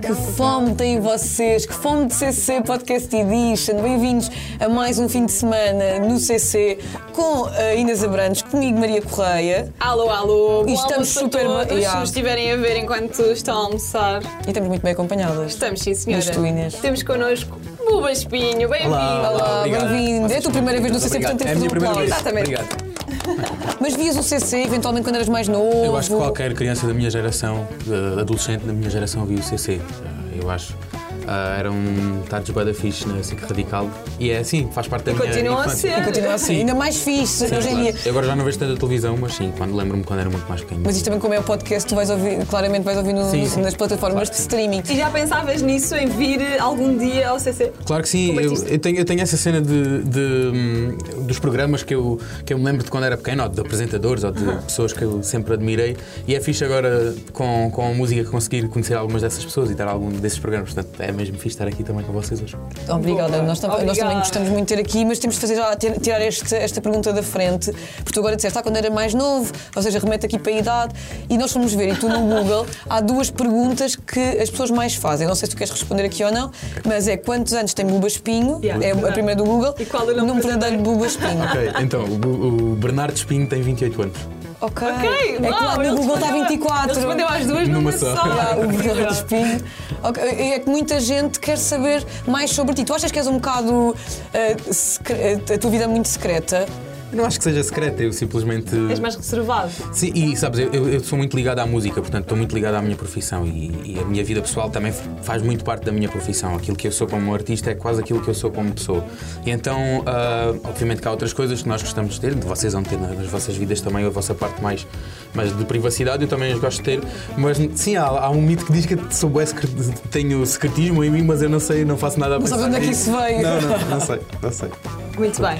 que fome têm vocês, que fome de CC Podcast Edition. Bem-vindos a mais um fim de semana no CC com a Inês Abrantes, comigo Maria Correia. Alô, alô, bom E estamos almoço super a todos, bem- Yeah. se nos estiverem a ver enquanto estão a almoçar. E estamos muito bem acompanhadas. Estamos, sim, senhora. Mas tu, Inês? Temos connosco Buba Espinho, bem-vindo. Olá, É Olá, obrigado. bem-vindo. É a tua primeira vez no CC, Obrigado. portanto tens É a de fazer minha um primeira vez. aplauso. Exatamente. Obrigado. Mas vias o CC eventualmente quando eras mais novo? Eu acho que qualquer criança da minha geração, eh, adolescente da minha geração, viu o CC. Eh, Eu acho. Ah, eram tardes bué da fixe na SIC Radical. E é assim, faz parte da minha continua a infância. ser. E Continua assim, Sim. ainda mais fixe Sim, hoje em claro. dia. Eu agora já não vejo tanta televisão, mas sim, quando lembro-me quando era muito mais pequeno. Mas isto também, como é o podcast, tu vais ouvir, claramente vais ouvir no- Sim, sim. nas plataformas Claro de que sim. streaming. E já pensavas nisso, em vir algum dia ao CC? Claro que sim, eu, Combatiste. eu tenho, eu tenho essa cena de, de, hum, dos programas que eu, que eu me lembro de quando era pequeno, ou de apresentadores, ou de Uhum. pessoas que eu sempre admirei, e é fixe agora com, com a música conseguir conhecer algumas dessas pessoas e estar a algum desses programas. Portanto, é mesmo fixe estar aqui também com vocês hoje. Obrigada, Boa. nós, tam- nós também Obrigada. gostamos muito de ter aqui, mas temos de fazer já ter- tirar este- esta pergunta da frente, porque tu agora disseste, ah, quando era mais novo, ou seja, remete aqui para a idade, e nós fomos ver, e tu no Google, há duas perguntas que as pessoas mais fazem, não sei se tu queres responder aqui ou não, mas é quantos anos tem Buba Espinho, Yeah. é a primeira do Google, E qual é o nome num verdadeiro Buba Espinho. Ok, então, o, o Bernardo Espinho tem 28 anos. Ok, Ok, é que uau, lá ele no Google está respondeu- Ele 24. respondeu às duas Numa numa só. só. Ah, o Bernardo Espinho. Ok, É que muita gente quer saber mais sobre ti. Tu achas que és um bocado. eh, secre- eh, a tua vida é muito secreta? Eu não acho que seja secreto, eu simplesmente. És É mais reservado. Sim, e sabes, eu- eu, eu sou muito ligado à música, portanto estou muito ligado à minha profissão e, e a minha vida pessoal também f- faz muito parte da minha profissão. Aquilo que eu sou como artista é quase aquilo que eu sou como pessoa. E então, ah, obviamente que há outras coisas que nós gostamos de ter, de vocês vão ter na- nas vossas vidas também, a vossa parte mais, mais de privacidade, eu também as gosto de ter. Mas sim, há, há um mito que diz que sou bué secre- tenho secretismo em mim, mas eu não sei, não faço nada a Não pensar sabes onde é que nisso. isso veio. Não, não, não sei, não sei. Muito bem.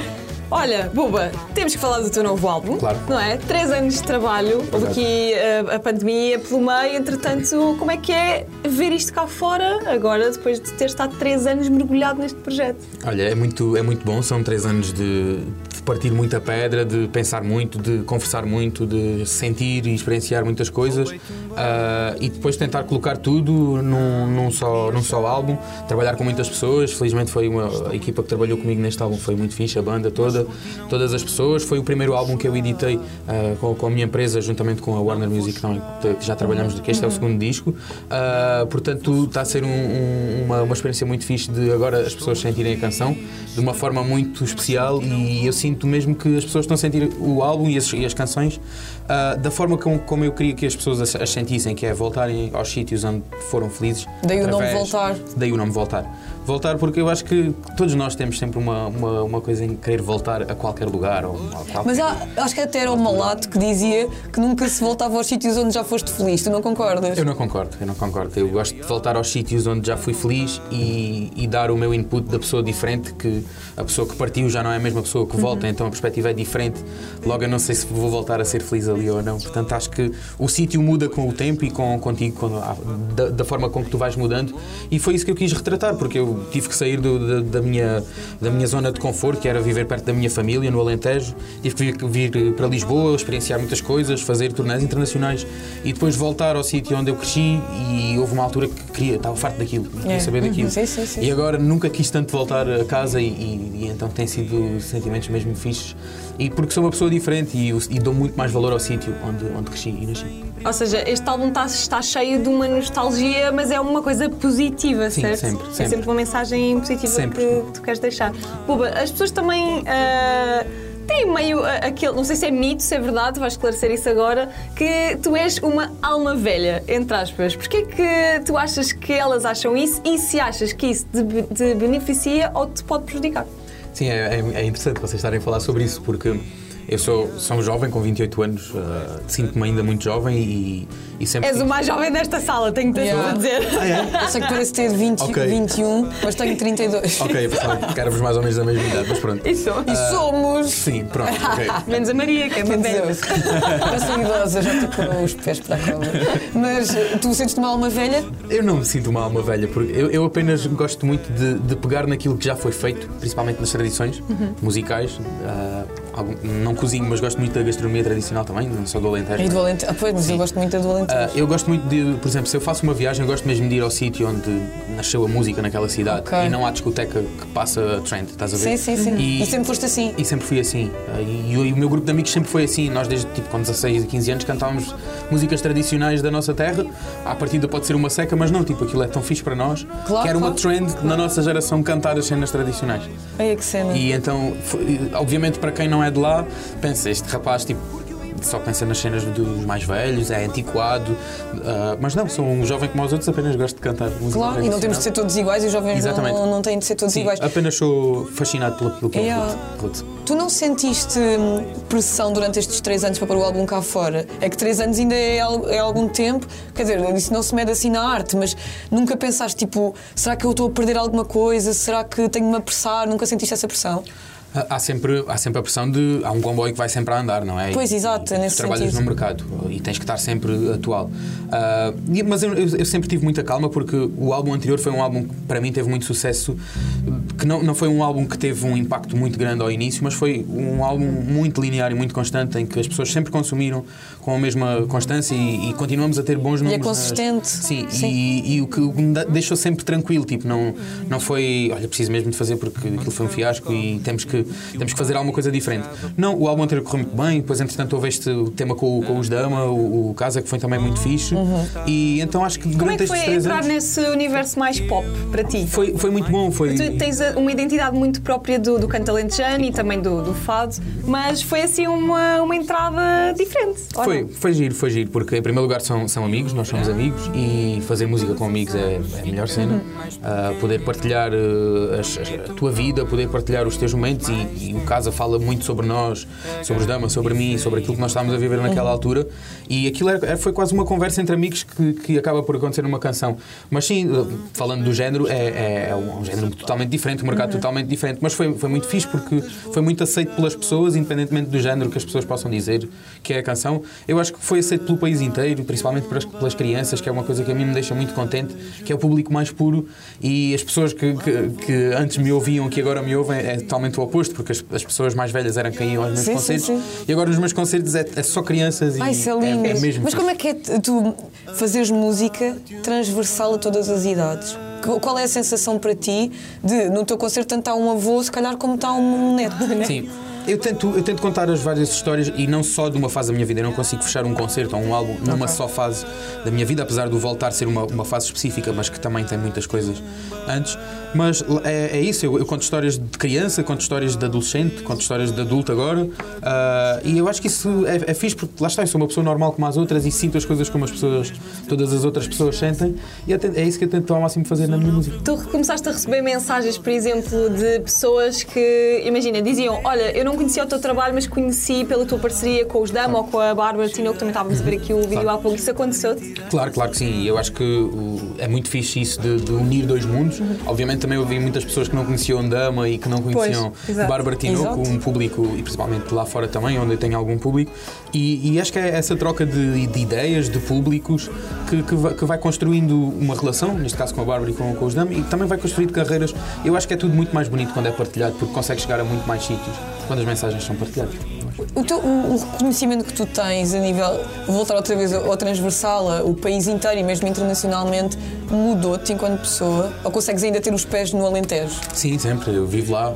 Olha, Buba, temos que falar do teu novo álbum, Claro. não é? Três anos de trabalho, houve Exato. aqui uh, a, pandemia pelo meio, entretanto, como é que é ver isto cá fora agora, depois de ter estado três anos mergulhado neste projeto? Olha, é muito, é muito bom, são três anos de, de partir muita pedra, de pensar muito, de conversar muito, de sentir e experienciar muitas coisas ah, e depois tentar colocar tudo num, num só, num só álbum, trabalhar com muitas pessoas, felizmente foi uma a equipa que trabalhou comigo neste álbum, foi muito fixe, a banda toda, todas as pessoas, foi o primeiro álbum que eu editei ah, com, com a minha empresa, juntamente com a Warner Music, não, que já trabalhamos, que este Uhum. é o segundo disco, Ah, portanto está a ser um- um- uma, uma experiência muito fixe de agora as pessoas sentirem a canção de uma forma muito especial e eu sinto mesmo que as pessoas estão a sentir o álbum e as, e as canções ah, da forma como, como eu queria que as pessoas as, as sentissem, que é voltarem aos sítios onde foram felizes. Daí o nome através- Voltar. Daí o nome Voltar. Voltar porque eu acho que todos nós temos sempre uma, uma, uma coisa em querer voltar a qualquer lugar ou a qualquer... Mas há, acho que até era o malato que dizia que nunca se voltava aos sítios onde já foste feliz. Tu não concordas? Eu não concordo, eu não concordo. Eu gosto de voltar aos sítios onde já fui feliz e, e dar o meu input da pessoa diferente, que a pessoa que partiu já não é a mesma pessoa que volta, então a perspectiva é diferente. Logo, eu não sei se vou voltar a ser feliz ali ou não. Portanto, acho que o sítio muda com o tempo e com, contigo, quando há- da, da forma com que tu vais mudando. E foi isso que eu quis retratar, porque eu tive que sair do- da, da minha, da minha zona de conforto, que era viver perto da minha família, no Alentejo. Tive que vir- vir, para Lisboa, experienciar muitas coisas, fazer turnês internacionais e depois voltar ao sítio onde eu cresci. E houve uma altura que queria, estava farto daquilo, não queria É. saber Uhum. daquilo. Sim, sim, sim. E agora nunca quis tanto voltar a casa e, e- e então tem sido sentimentos mesmo fixes. E porque sou uma pessoa diferente e, e dou muito mais valor ao sítio onde, onde cresci e nasci. Ou seja, este álbum está, está cheio de uma nostalgia, mas é uma coisa positiva, Sim, certo? sempre, É sempre. sempre uma mensagem positiva Sempre. Que, que tu queres deixar. Buba, as pessoas também ah, têm meio ah, aquele, não sei se é mito, se é verdade, vais esclarecer isso agora, que tu és uma alma velha, entre aspas. Porquê que tu achas que elas acham isso e se achas que isso te, be- te beneficia ou te pode prejudicar? Sim, é, é- é interessante vocês estarem a falar sobre isso, porque eu sou, sou um jovem com 28 anos, ah, sinto-me ainda muito jovem e, e sempre. És o mais jovem desta sala, tenho-te Ah, Yeah. a dizer. Eu sei que parece ter 20, É. Ok. 21, mas tenho 32. Ok, Ah. pessoal, que éramos mais ou menos da mesma idade, mas pronto. Isso. E somos. Sim, pronto, ok. Menos a Maria, que é uma Quer velha. dizer, eu sou idosa, já estou com os pés para a cobra. Mas eh, tu sentes-te uma alma velha? Eu não me sinto uma alma velha, porque eu, eu apenas gosto muito de, de pegar naquilo que já foi feito, principalmente nas tradições musicais. Ah, algum- não cozinho, mas gosto muito da gastronomia tradicional também, não sou do Alentejo. E do Alentejo. Ah, pois, mas eu Sim. gosto muito da do Alentejo. Ah, eu gosto muito de, por exemplo, se eu faço uma viagem, eu gosto mesmo de ir ao sítio onde nasceu a música naquela cidade Ok. e não há discoteca que passa a trend, estás a sim, ver? sim, sim. E, E, sempre foste assim. e sempre fui assim. Ah, E, e o- e o meu grupo de amigos sempre foi assim. Nós, desde tipo com 16 e 15 anos, cantávamos músicas tradicionais da nossa terra. À partida pode ser uma seca, mas não, tipo, aquilo é tão fixe para nós Claro, que era uma claro. trend na nossa geração cantar as cenas tradicionais. Olha é que cena. E então, foi- obviamente, para quem não é de lá, pensa, este rapaz, tipo. Só pensa nas cenas dos mais velhos, é antiquado, ah, mas não, sou um jovem como os outros, apenas gosto de cantar música. Claro, e não temos de ser tradicional. todos iguais e os jovens não, Exatamente. não, não têm de ser todos Sim, Ah. iguais. apenas sou fascinado pelo, pelo que é o Yeah. Ruth. Ruth. Tu não sentiste hum, pressão durante estes três anos para pôr o álbum cá fora? É que três anos ainda é, al- é algum tempo, quer dizer, isso não se mede assim na arte, mas nunca pensaste tipo, será que eu estou a perder alguma coisa? Será que tenho de me apressar? Nunca sentiste essa pressão? Há há sempre, há sempre a pressão de. Há um comboio que vai sempre a andar, não é? Pois, E- exato, e, tu nesse trabalhas sentido. no mercado e tens que estar sempre atual. Ah, e- mas eu, eu- eu sempre tive muita calma porque o álbum anterior foi um álbum que para mim teve muito sucesso, que não, não foi um álbum que teve um impacto muito grande ao início, mas foi um álbum muito linear e muito constante em que as pessoas sempre consumiram com a mesma constância e, e continuamos a ter bons números. nas- é consistente. Sim, e- Sim. e, e o que me da- deixou sempre tranquilo, tipo, não, não foi, olha, preciso mesmo de fazer porque aquilo foi um fiasco e temos que, temos que fazer alguma coisa diferente. Não, o álbum anterior correu muito bem, depois entretanto houve este tema com, o- com os Dama, o, o Casa, que foi também muito fixe, e então acho que Uhum. Como é durante que estes foi três entrar anos... nesse universo mais pop para ti? Foi, foi muito bom, foi... Tu tens a- uma identidade muito própria do, do canto alentejano e também do, do fado, mas foi assim uma, uma entrada diferente. ou Foi, não? foi giro, foi giro, porque em primeiro lugar são, são amigos, nós somos amigos e fazer música com amigos é, é a melhor cena. Ah, poder partilhar eh, as- as- a tua vida, poder partilhar os teus momentos e, e o Casa fala muito sobre nós, sobre os damas, sobre mim, sobre aquilo que nós estávamos a viver naquela altura e aquilo era- era- foi quase uma conversa entre amigos que, que acaba por acontecer numa canção. Mas sim, eh, falando do género, é, é- é um, é um género totalmente diferente, um Uhum. mercado totalmente diferente, mas foi, foi muito fixe porque foi muito aceito pelas pessoas, independentemente do género que as pessoas possam dizer que é a canção. Eu acho que foi aceito pelo país inteiro, principalmente pelas, pelas crianças, que é uma coisa que a mim me deixa muito contente, que é o público mais puro e as pessoas que, que- que antes me ouviam, que agora me ouvem, é totalmente o oposto, porque as, as pessoas mais velhas eram quem iam aos meus Sim, sim, concertos sim. e agora nos meus concertos é, é só crianças Ai, e isso é é, lindo. é mesmo Mas fixe. como é que é t- tu fazeres música transversal a todas as idades? Qu- Qual é a sensação para ti de no teu concerto tanto há um avô, se calhar, como está um neto? né? Sim. Eu tento, eu tento contar as várias histórias e não só de uma fase da minha vida. Eu não consigo fechar um concerto ou um álbum numa só fase da minha vida, apesar do voltar ser uma, uma fase específica, mas que também tem muitas coisas antes. Mas é, é isso, eu, eu conto histórias de criança, conto histórias de adolescente, conto histórias de adulto agora. ah, e eu acho que isso é, é fixe porque lá está, eu sou uma pessoa normal como as outras e sinto as coisas como as pessoas, todas as outras pessoas sentem. E eu tento- é isso que eu tento ao máximo fazer na minha música. Tu começaste a receber mensagens, por exemplo, de pessoas que, imagina, diziam: Olha, eu não conhecia o teu trabalho, mas conheci pela tua parceria com os Dama ou com a Bárbara Tinoco, que também estávamos a ver aqui o vídeo Claro. há pouco. Isso aconteceu-te? Claro, claro que sim. E Eu acho que o- é muito fixe isso de, de unir dois mundos. Obviamente também ouvi muitas pessoas que não conheciam Dama e que não conheciam exato. Bárbara Tinoco, Exato. um público, e principalmente lá fora também, onde eu tenho algum público. E, e acho que é essa troca de, de ideias, de públicos, que, que va- que vai construindo uma relação, neste caso com a Bárbara e com, com os Dama, e também vai construindo carreiras. Eu acho que é tudo muito mais bonito quando é partilhado, porque consegue chegar a muito mais sítios quando as mensagens são partilhadas. O, teu, o, o reconhecimento que tu tens a nível, vou voltar outra vez ao ao transversal, a- o país inteiro e mesmo internacionalmente, mudou-te enquanto pessoa? Ou consegues ainda ter os pés no Alentejo? Sim, sempre. Eu vivo lá.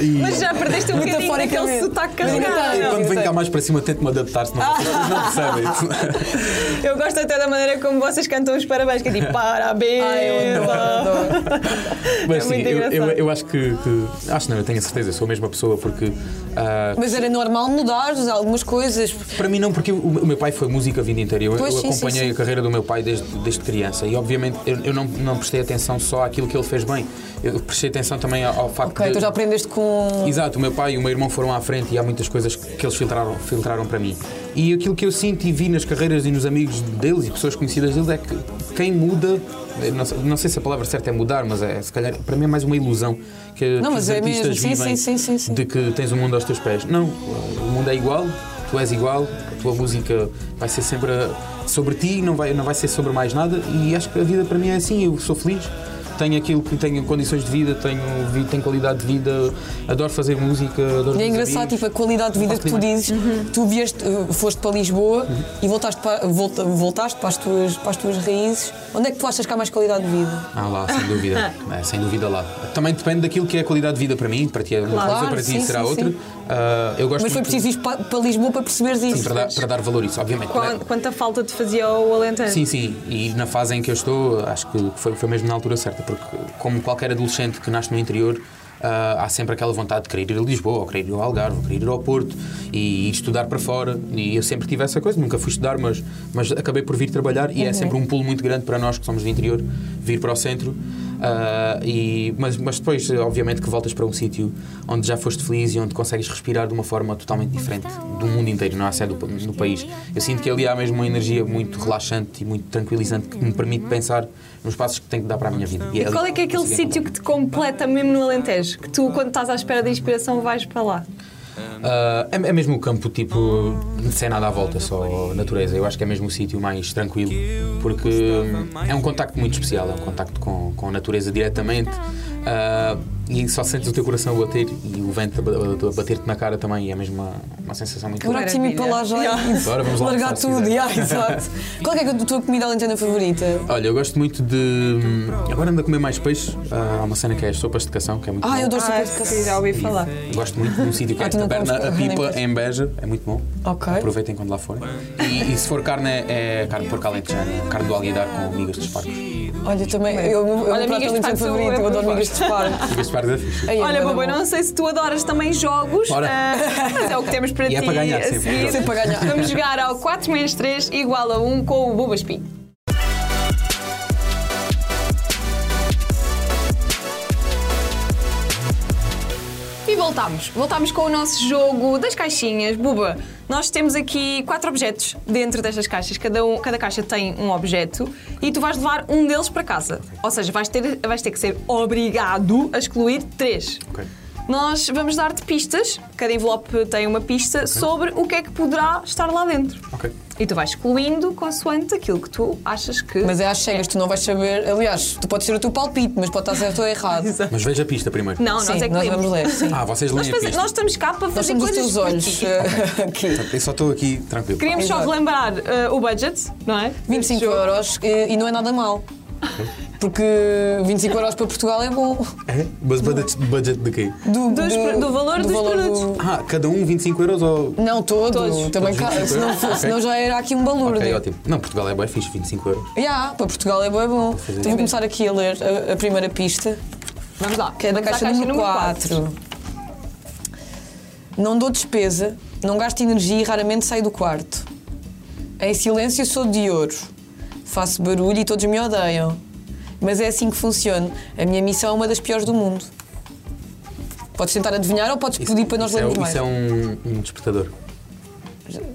e- e- Mas já perdeste um bocadinho daquele Metaforicamente. sotaque Não, carregado. não, não. Quando venho sei. cá mais para cima, tento-me adaptar, senão vocês não percebem. Eu gosto até da maneira como vocês cantam os parabéns, que é tipo parabéns. Ai, eu adoro, adoro. Mas É sim, muito eu, eu, engraçado. eu acho que, que- Acho não, eu tenho a certeza, eu sou a mesma pessoa, porque. ah, Mas era normal mudar algumas coisas. para mim, não, porque o, o meu pai foi música vida inteira. Eu, Pois, eu sim, acompanhei sim, sim. a carreira do meu pai desde, desde criança e, obviamente, eu, eu não, não prestei atenção só àquilo que ele fez bem. Eu prestei atenção também ao, ao facto Ok, de. tu já aprendeste com. um Exato, o meu pai e o meu irmão foram à frente e há muitas coisas que eles filtraram, filtraram para mim. E aquilo que eu sinto e vi nas carreiras e nos amigos deles e pessoas conhecidas deles é que quem muda, eu não, sei- não sei se a palavra certa é mudar, mas é, se calhar, para mim é mais uma ilusão que, Não, que mas os é artistas mesmo. Sim, vivem sim, sim, sim, sim. de que tens o mundo aos teus pés. Não, o mundo é igual, tu és igual, a tua música vai ser sempre sobre ti, não vai, não vai ser sobre mais nada e acho que a vida para mim é assim, eu sou feliz. tenho aquilo que tenho condições de vida, tenho, vi- tenho qualidade de vida, adoro fazer música, adoro E é meus engraçado, amigos. tipo, a qualidade de vida que tu dizes. Uhum. Tu vieste, eh, foste para Lisboa e voltaste para, volta- voltaste para as, tuas, para as tuas raízes. Onde é que tu achas que há mais qualidade de vida? Ah, lá, sem dúvida. É, sem dúvida lá. Também depende daquilo que é a qualidade de vida para mim, para ti é uma Claro, coisa, para ti sim, será sim, outra. sim. Ah, eu gosto Mas foi muito- preciso ir pa- para, Lisboa para perceberes isso. Sim, para, dar, para dar valor a isso, obviamente. né? Quan- Quanta falta te fazia o Alentejo? Sim, sim, e na fase em que eu estou, acho que foi, foi mesmo na altura certa, porque como qualquer adolescente que nasce no interior, ah, há sempre aquela vontade de querer ir a Lisboa, ou querer ir ao Algarve, ou querer ir ao Porto e ir estudar para fora. E eu sempre tive essa coisa, nunca fui estudar, mas, mas acabei por vir trabalhar e é sempre um pulo muito grande para nós que somos do interior, vir para o centro. ah, e, mas, mas depois, obviamente, que voltas para um sítio onde já foste feliz e onde consegues respirar de uma forma totalmente diferente do mundo inteiro, não é só do, do país. Eu sinto que ali há mesmo uma energia muito relaxante e muito tranquilizante que me permite pensar nos passos que tenho que dar para a minha vida. E qual é que é aquele sítio que te completa mesmo no Alentejo? Que tu, quando estás à espera da inspiração, vais para lá? Ah, é, é mesmo o campo, tipo, sem nada à volta, só natureza. Eu acho que é mesmo o sítio mais tranquilo, porque hum, é um contacto muito especial, é um contacto com, com a natureza diretamente. ah, e só sentes o teu coração a bater e o vento a ba- a bater-te na cara também, e é mesmo uma, uma sensação muito Agora Maravilha. tinha ir para lá já e Agora vamos lá largar almoçar, se tudo. quiser. Yeah, exato. Qual é que é a tua comida alentejana favorita? Olha, eu gosto muito de. hum, Agora ando a comer mais peixe. Ah, há uma cena que é as sopas de cação, que é muito Ah, eu bom. adoro sopas de sim, cação. já ouvi falar. Gosto muito de um sítio que Ah, é tu não comes Taberna a carne em Pipa, Beja? em Beja. É muito bom. Ok. Aproveitem quando lá forem. E, e se for carne, é carne por alentejana, carne do alguidar com migas de espargos. Olha, também, eu, eu, meu prato Olha, migas de alentejano espargo são favorito, eu eu adoro gosto. migas de espargo. Migas de espargos é fixe. Ai, é bué Olha, da Bobo, eu bom. não sei se tu adoras também jogos, Ora. ah, mas é o que temos para E ti. assim, é para ganhar a sempre, seguir. jogos. Sempre a ganhar. Vamos jogar ao 4 menos 3 igual a 1 com o Boba Espinho. E voltámos. Voltámos com o nosso jogo das caixinhas. Buba, nós temos aqui quatro objetos dentro destas caixas. Cada, um- cada caixa tem um objeto e tu vais levar um deles para casa. Ou seja, vais ter, vais ter que ser obrigado a excluir três. Ok. Nós vamos dar-te pistas, cada envelope tem uma pista, sobre o que é que poderá estar lá dentro. Ok. E tu vais excluindo consoante aquilo que tu achas que. Mas é às cegas, tu não vais saber. Aliás, tu podes ser o teu palpite, mas pode estar certo ou errado. Mas veja a pista primeiro. Não, Sim, nós é que nós lemos. vamos ler. Sim. Ah, vocês Nós, leem a faz- pista. nós estamos cá para Nós fazer temos os coisas teus por olhos ti. eh, aqui. Eu só estou aqui tranquilo. Queríamos só Exato. relembrar eh, o budget, não é? 25 Jogo. euros e, e não é nada mal. Porque 25 euros para Portugal é bom. É? Mas budget, budget de quê? Do, Dos pro- do valor dos produtos. Ah, cada um 25 euros ou. Não, todo. Todos. Também Todos cá, 25 se não euros. fosse, Ok. senão já era aqui um balúrdio. Ok, ótimo. Não, Portugal é bem fixe, 25 euros. Yeah, para Portugal é bom, é bom. fazer Então vou isso. começar aqui a ler a, a primeira pista, Vamos lá. que é da Vamos à caixa, número 4. Não dou despesa, não gasto energia e raramente saio do quarto. Em silêncio sou de ouro. Faço barulho e todos me odeiam. Mas é assim que funciona. A minha missão é uma das piores do mundo. Podes tentar adivinhar ou podes pedir para nós isso é, lermos mais. isso é um, um despertador.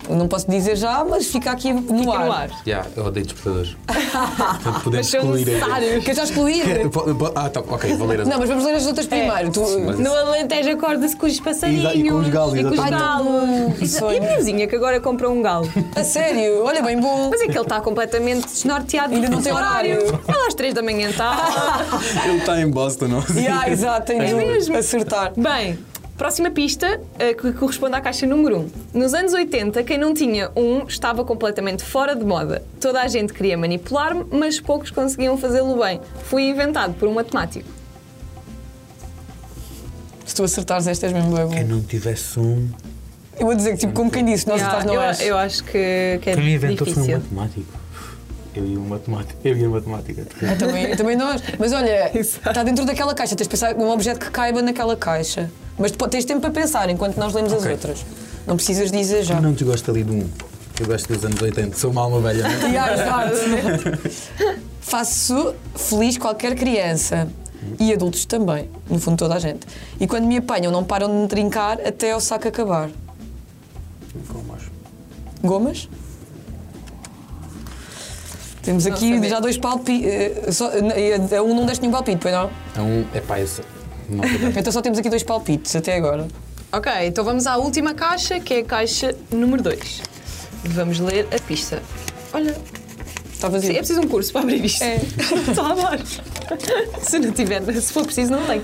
Eu Não posso dizer já, mas fica aqui no Fica ar. no ar. Já, eu odeio despertadores. Portanto, podemos Mas são excluir. necessários. Quer já excluir? É, po- po- Ah, tá, ok, vou ler as Não, mas vamos ler as É. outras primeiro. Tu- mas- No Alentejo acorda-se com os passarinhos. E com os galos, E com os exatamente. galos. Ai, tão bom. E a minha vizinha que agora comprou um galo. A sério, olha bem bom. Mas é que ele está completamente desnorteado. Ainda não do tem horário. Ela às 3 da manhã tá? está. Ele tá está em Boston, não? é Yeah, exato, É tem de mesmo. acertar. Bem, próxima pista eh, que corresponde à caixa número 1. Nos anos 80, quem não tinha um estava completamente fora de moda. Toda a gente queria manipular-me, mas poucos conseguiam fazê-lo bem. Fui inventado por um matemático. Se tu acertares estas mesmo bem bom. não tivesse um. Eu vou dizer que, tipo, como quem disse, não Yeah, acertares não eu, és. eu acho que, que é Quem me inventou foi um difícil. matemático. Eu e um matemático. Eu e a matemática. Eu É também, eu também não és. Mas olha, está dentro daquela caixa, tens de pensar num objeto que caiba naquela caixa. Mas depois tens tempo para pensar enquanto nós lemos as Ok. outras. Não precisas dizer já. Eu não desgosto ali de um. Eu gosto dos anos 80. Sou uma alma velha, né? Yeah, exato. né? Faço feliz qualquer criança. E adultos também, no fundo toda a gente. E quando me apanham, não param de me trincar até o saco acabar. Como acho. Gomas? Temos aqui sabia. já dois palpites. eh, A um não deste nenhum palpite, pois não? Então, é pá, esse. Não, vou dar. Então só temos aqui dois palpites até agora. Ok, então vamos à última caixa, que é a caixa número 2. Vamos ler a pista. Olha, Está Tá é vazio. preciso um curso para abrir isto. É. Está a dar. se não tiver, se for preciso, não tenho.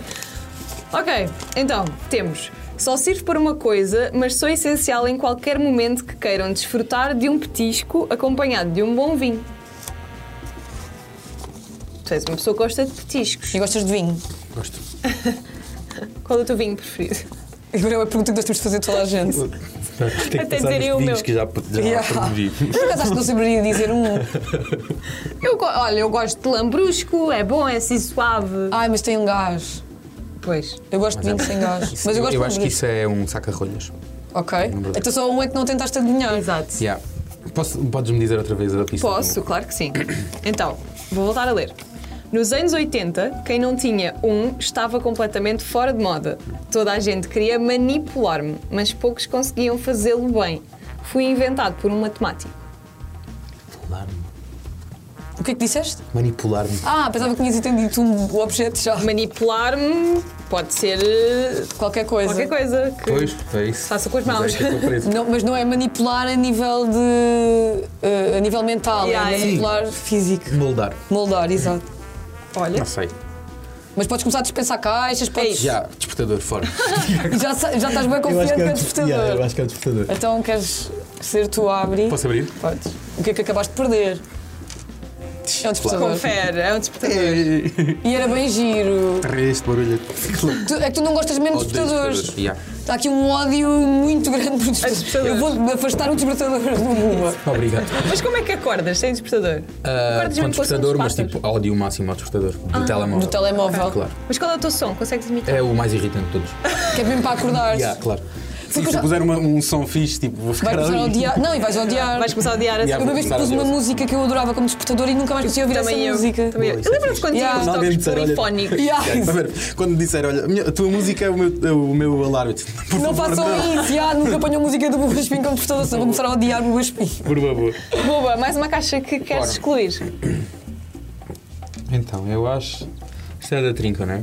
Ok, então, temos. Só sirvo para uma coisa, mas sou essencial em qualquer momento que queiram desfrutar de um petisco acompanhado de um bom vinho. Tu és uma pessoa que gosta de petiscos. E gostas de vinho? Gosto. Qual é o teu vinho preferido? Agora é uma pergunta que nós temos de fazer a toda a gente. Tem que Até pensar dizer nos eu o vinhos meu. que já, já Yeah. promovi. Por acaso acho que não saberia dizer um. Eu, go- olha, eu gosto de lambrusco, é bom, é assim suave. Ai, mas tem um gás. Pois. Eu gosto de vinho sem gás. Mas eu gosto de acho que isso é um saca-rolhas. Ok. Então só um é que não tentaste adivinhar. Exato. Yeah. Posso- Podes-me dizer outra vez a pista? Posso, claro que sim. Então, vou voltar a ler. Nos anos 80, quem não tinha um estava completamente fora de moda. Toda a gente queria manipular-me, mas poucos conseguiam fazê-lo bem. Fui inventado por um matemático. Manipular-me. O que é que disseste? Manipular-me. Ah, pensava que tinhas entendido um, o objeto já. Manipular-me pode ser eh, Qualquer coisa. qualquer coisa que Pois, é isso. faça com as Mas mãos. É que eu estou preso. Não, mas não é manipular a nível de. eh, a nível mental, Yeah, é yeah. manipular físico. Moldar. Moldar, exato. Olha, Não sei. Mas podes começar a dispensar caixas, podes. É Já, despertador, fora. Já, sa- já estás bem confiante é com o despertador. yeah, eu acho que é o despertador. Então queres ser tu a abrir? Posso abrir? Podes. O que é que acabaste de perder? É um despertador. confere, é um despertador. E era bem giro. Este barulho. Tu- é que tu não gostas mesmo de despertadores. Está aqui um ódio muito grande por despertadores. Eu despertadores. vou afastar o despertador do Buma. Obrigado. Mas como é que acordas sem despertador? Ah, Acordas mesmo com o com som despertador, dos mas pássaros? tipo, ódio máximo ao despertador. Do telemóvel. Ah, Do telemóvel. Claro. Mas qual é o teu som? Consegues imitar? É o mais irritante de todos. Que é mesmo para acordar. Yeah, claro. Porque E se já- puser uma- um som fixe, tipo, vou Vai ficar começar a ali. odiar. Não, e vais odiar. Vais começar a odiar assim. Eu uma vez Começar a pus uma odiar. música que eu adorava como despertador e nunca mais consegui ouvir Também essa eu. música. Também eu. Boa, isso é Lembra-te fixe. quando tinha Yeah. os Alguém toques disser, olha- polifónicos? Yeah. Está tá a ver? Quando me disser, olha, a, minha- a tua música é o meu, é o meu alarme. Eu disse, Por Não favor, façam isso, já, nunca ponham música do Buba Espinho como despertador, senão vou começar a odiar o Buba Espinho. Por favor. Boba, mais uma caixa que queres excluir. Então, eu acho. Isto é da trinca, não é?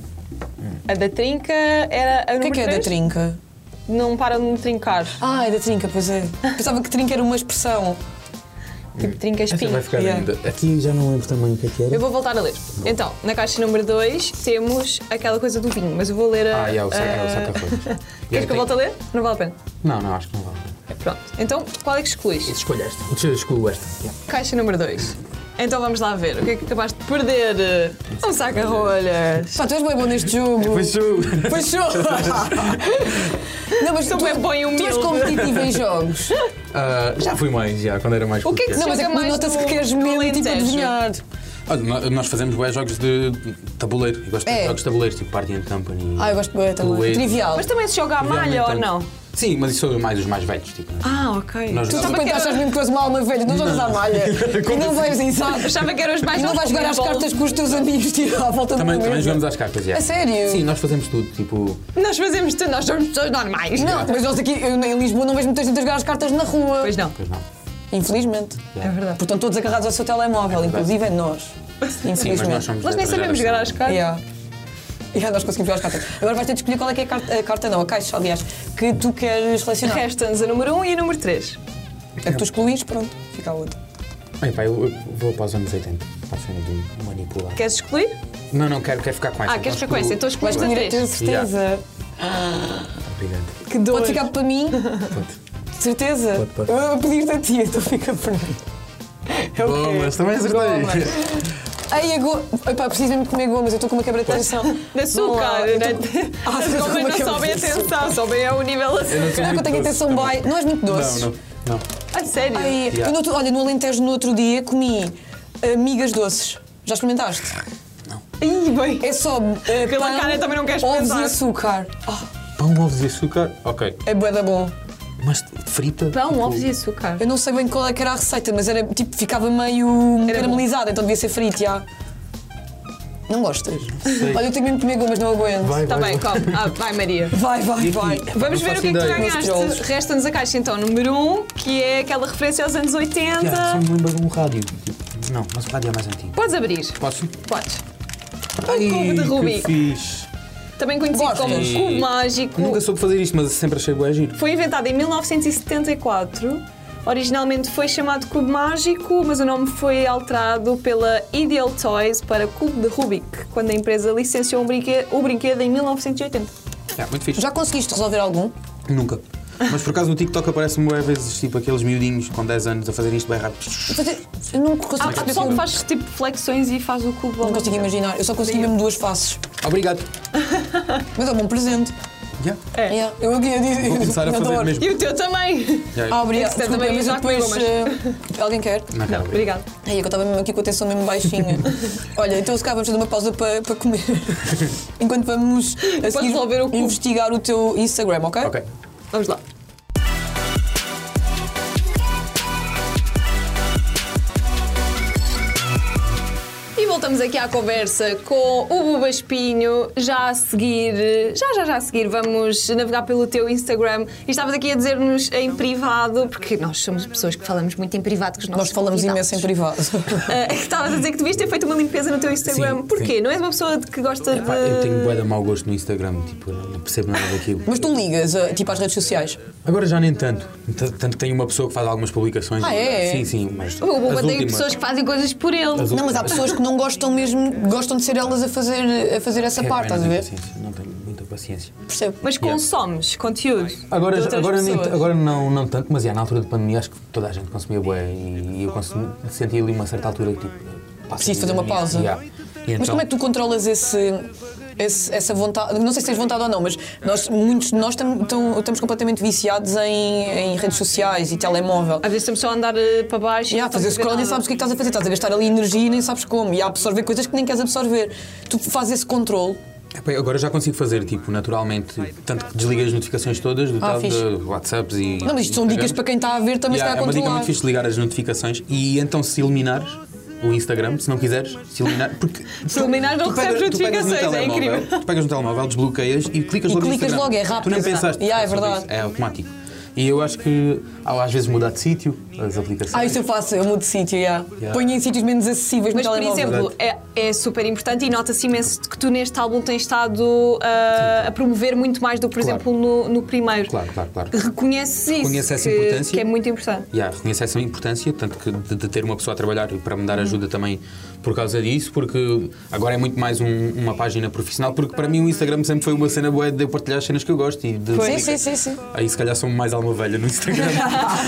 A da trinca era a O que é que é da trinca? Não para de me trincar. Ah, é da trinca, pois é. Pensava que trinca era uma expressão. Tipo, trinca Esta espinho. vai ficar Yeah. ainda. Aqui já não lembro também o que é que era. Eu vou voltar a ler. Então, na caixa número 2 temos aquela coisa do vinho, mas eu vou ler a. Ah, yeah, o saca, é o a- saca-rolhas. Queres que eu volte a ler? Não vale a pena. Não, não, acho que não vale. Pronto. Então, qual é que excluís? Escolheste. Eu escolho esta. Caixa número 2. Então vamos lá ver. O que é que acabaste de perder? Um saca-rolhas. Pá, tu és bem bom neste jogo. Pois eu- Pois sou. Não, mas tu, Sou bem bom um e tu és humilde. competitivo em jogos. Ah, já fui mais, já, quando era mais O que é que puto, Não, mas é Joga que mais nota-se no- que queres no medo e tipo Alentejo. adivinhar. Olha, nó- nós fazemos bué jogos de tabuleiro. Eu gosto É. de já. Jogos de tabuleiros, tipo Party and Company. Ah, eu gosto bem também. Doente. Trivial. Tipo, Mas também se joga à malha é ou não? um- Sim, mas isso sou eu mais os mais velhos, tipo. Ah, ok. Nós Tu de jogamos- repente achas mesmo que tu és uma alma velha, não jogas à malha. E não vais em saco. Achava que eram os mais E não vais jogar às cartas com os teus amigos, tira à volta Também, do também jogamos às cartas, já. A sério? Sim, nós fazemos tudo, tipo. Nós fazemos tudo, nós somos pessoas normais. Não, mas nós aqui eu, em Lisboa não vejo muita gente a jogar as cartas na rua. Pois não. Pois não. Infelizmente. É verdade. Portanto, todos agarrados ao seu telemóvel, inclusive é nós. Sim, mas nós Infelizmente. somos. Nós nem da outra sabemos geração. jogar às cartas. Yeah. Yeah, nós conseguimos jogar as cartas. Agora vais ter de escolher qual é que é a carta, a carta não, a caixa, aliás, que tu queres selecionar. É. Resta-nos a número 1 um e a número 3. A que tu excluís, pronto, fica a outra. Bem, pá, eu, eu vou para os anos 80. Para a cena de manipular. Queres excluir? Não, não, quero, quero ficar com essa. Ah, queres Então, ficar com essa? Então Vais excluís a escolher a 3. ter certeza. Obrigado. Que dor. Pode ficar para mim? De certeza? Pode, pode. Eu vou pedir da tia, então fica para mim. É o quê? Gomas, também acertei. Gomas. Ai, agora. Epá, preciso mesmo comer gomas, eu estou com uma quebra de tensão. De açúcar, Não, né? eu tô- Ah, As eu tô gomas com não uma sobem a cabeça. tensão, sobem a um nível assim. Será que eu tenho a tensão baixa? Não és muito doce. Não, não. A sério? Ai, Yeah. eu no outro- olha, no Alentejo, no outro dia, comi eh, migas doces. Já experimentaste? Ai, bem. É só eh, Pela pão, cara também não queres ovos experimentar. e açúcar. Pão, ovos e açúcar? Ok. É bué da bom. Mas frita? Pão, tipo, Então, ovos e açúcar. Eu não sei bem qual é que era a receita, mas era tipo, ficava meio Era caramelizado, então devia ser frito, já. Não gostas? Olha, eu tenho mesmo que comer gomas, não aguento. Vai, Tá vai, bem, come. Ah, vai, Maria. Vai, vai, E- vai. e- Vamos Não ver o faço que é que tu Meus ideia. ganhaste. trolls. Resta-nos a caixa então, número 1, um, que é aquela referência aos anos 80. Yeah, só me lembro de um rádio. Tipo, Não, mas o rádio é mais antigo. Podes abrir. Posso? Podes. Um cubo de Rubik. fiz. Também conhecido Gosto. como cubo mágico. Nunca soube fazer isto, mas sempre achei bué giro. Foi inventado em 1974 Originalmente foi chamado Cubo Mágico, mas o nome foi alterado pela Ideal Toys para Cubo de Rubik, quando a empresa licenciou um brinque- o brinquedo em 1980. É, muito fixe. Já conseguiste resolver algum? Nunca. Mas por acaso no TikTok aparece-me bué vezes tipo aqueles miudinhos com 10 anos a fazerem isto bem rápido. Fazer- Eu não consigo Há há perceber pessoal que como- faz tipo flexões e faz o cubo. Não consigo imaginar. Eu só consegui mesmo duas faces. Obrigado. Mas é um bom presente. Yeah. É. Yeah, Eu aqui eu disse. Vou começar a eu fazer adoro. mesmo. E o teu também! Yeah. Ah, obrigado. Esse também é Desculpa, mas já eu depois. eh, alguém quer? Não, cara, obrigado. Obrigado. Aí é que eu estava mesmo aqui com a atenção mesmo baixinha. Olha, então se calhar vamos fazer uma pausa para para comer. Enquanto vamos a seguir resolver o cubo. investigar o teu Instagram, ok? Ok. Vamos lá. E voltamos aqui à conversa com o Buba Espinho. Já a seguir, já, já, já a seguir, vamos navegar pelo teu Instagram. E estavas aqui a dizer-nos em privado, porque nós somos pessoas que falamos muito em privado com os nossos Nós falamos convidados. imenso em privado. Ah, que estavas a dizer que devias ter feito uma limpeza no teu Instagram. Sim, Porquê? sim. Não és uma pessoa de- que gosta de. Pá, eu tenho bué de mau gosto no Instagram, tipo, eu não percebo nada daquilo. Mas tu ligas, eh, tipo, às redes sociais. Agora já nem tanto. T- Tanto que tem uma pessoa que faz algumas publicações. Ah, é? Sim, sim, mas. O Buba as tem últimas- pessoas que fazem coisas por ele. Não, mas As há últimas- pessoas que não gostam mesmo, gostam de ser elas a fazer, a fazer essa É, parte, bem, estás a não ver? tenho paciência, Não tenho muita paciência. Percebo. Mas consomes conteúdo. Agora, de outras agora, nem- pessoas. agora não, não tanto, mas já na altura da pandemia acho que toda a gente consumia bué e, e eu consumi, senti ali uma certa altura que tipo. pá, Preciso fazer uma pandemia, pausa. já. E então- Mas como é que tu controlas esse, esse- essa vontade? Não sei se tens vontade ou não, mas nós, muitos de nós tam- tão- estamos completamente viciados em, em redes sociais e telemóvel. Às vezes estamos só a andar eh, para baixo. E há não a fazer estamos a ver scroll e nem nada. sabes o que é que estás a fazer. Estás a gastar ali energia e nem sabes como. E a absorver coisas que nem queres absorver. Tu fazes esse controle. Epá, agora já consigo fazer, tipo, naturalmente, tanto que desliguei as notificações todas do Ah, tal fixe. de WhatsApps e. Não, mas isto são dicas Instagrams. para quem está a ver também Yeah, se é uma calhar dica controlar. muito fixe ligar as notificações e então se eliminares o Instagram, se não quiseres, se eliminar. Porque Se eliminares, não tu pegas- recebes tu pegas no notificações, é telemóvel, incrível. Tu pegas no telemóvel, desbloqueias e clicas E logo no clicas Instagram. logo, é Tu rápido, nem exato. pensaste. Yeah, é sobre verdade. isso, É automático. E eu acho que ao às vezes mudar de sítio as aplicações. Ah, isso eu faço, eu mudo de sítio, yeah. Yeah. ponho em sítios menos acessíveis Mas, no por telemóvel. exemplo, é, é super importante e nota-se imenso que tu neste álbum tens estado ah, a promover muito mais do que, por Claro. exemplo, no, no primeiro. Claro, claro, claro. Reconheces isso. Reconhece essa que, importância. Que é muito importante. Yeah, reconhece essa importância, tanto que de, de ter uma pessoa a trabalhar e para me dar Uhum. ajuda também por causa disso, porque agora é muito mais um- uma página profissional, porque para mim o Instagram sempre foi uma cena boa de eu partilhar as cenas que eu gosto e de Sim, sim, sim, sim. Aí se calhar sou mais alma velha no Instagram.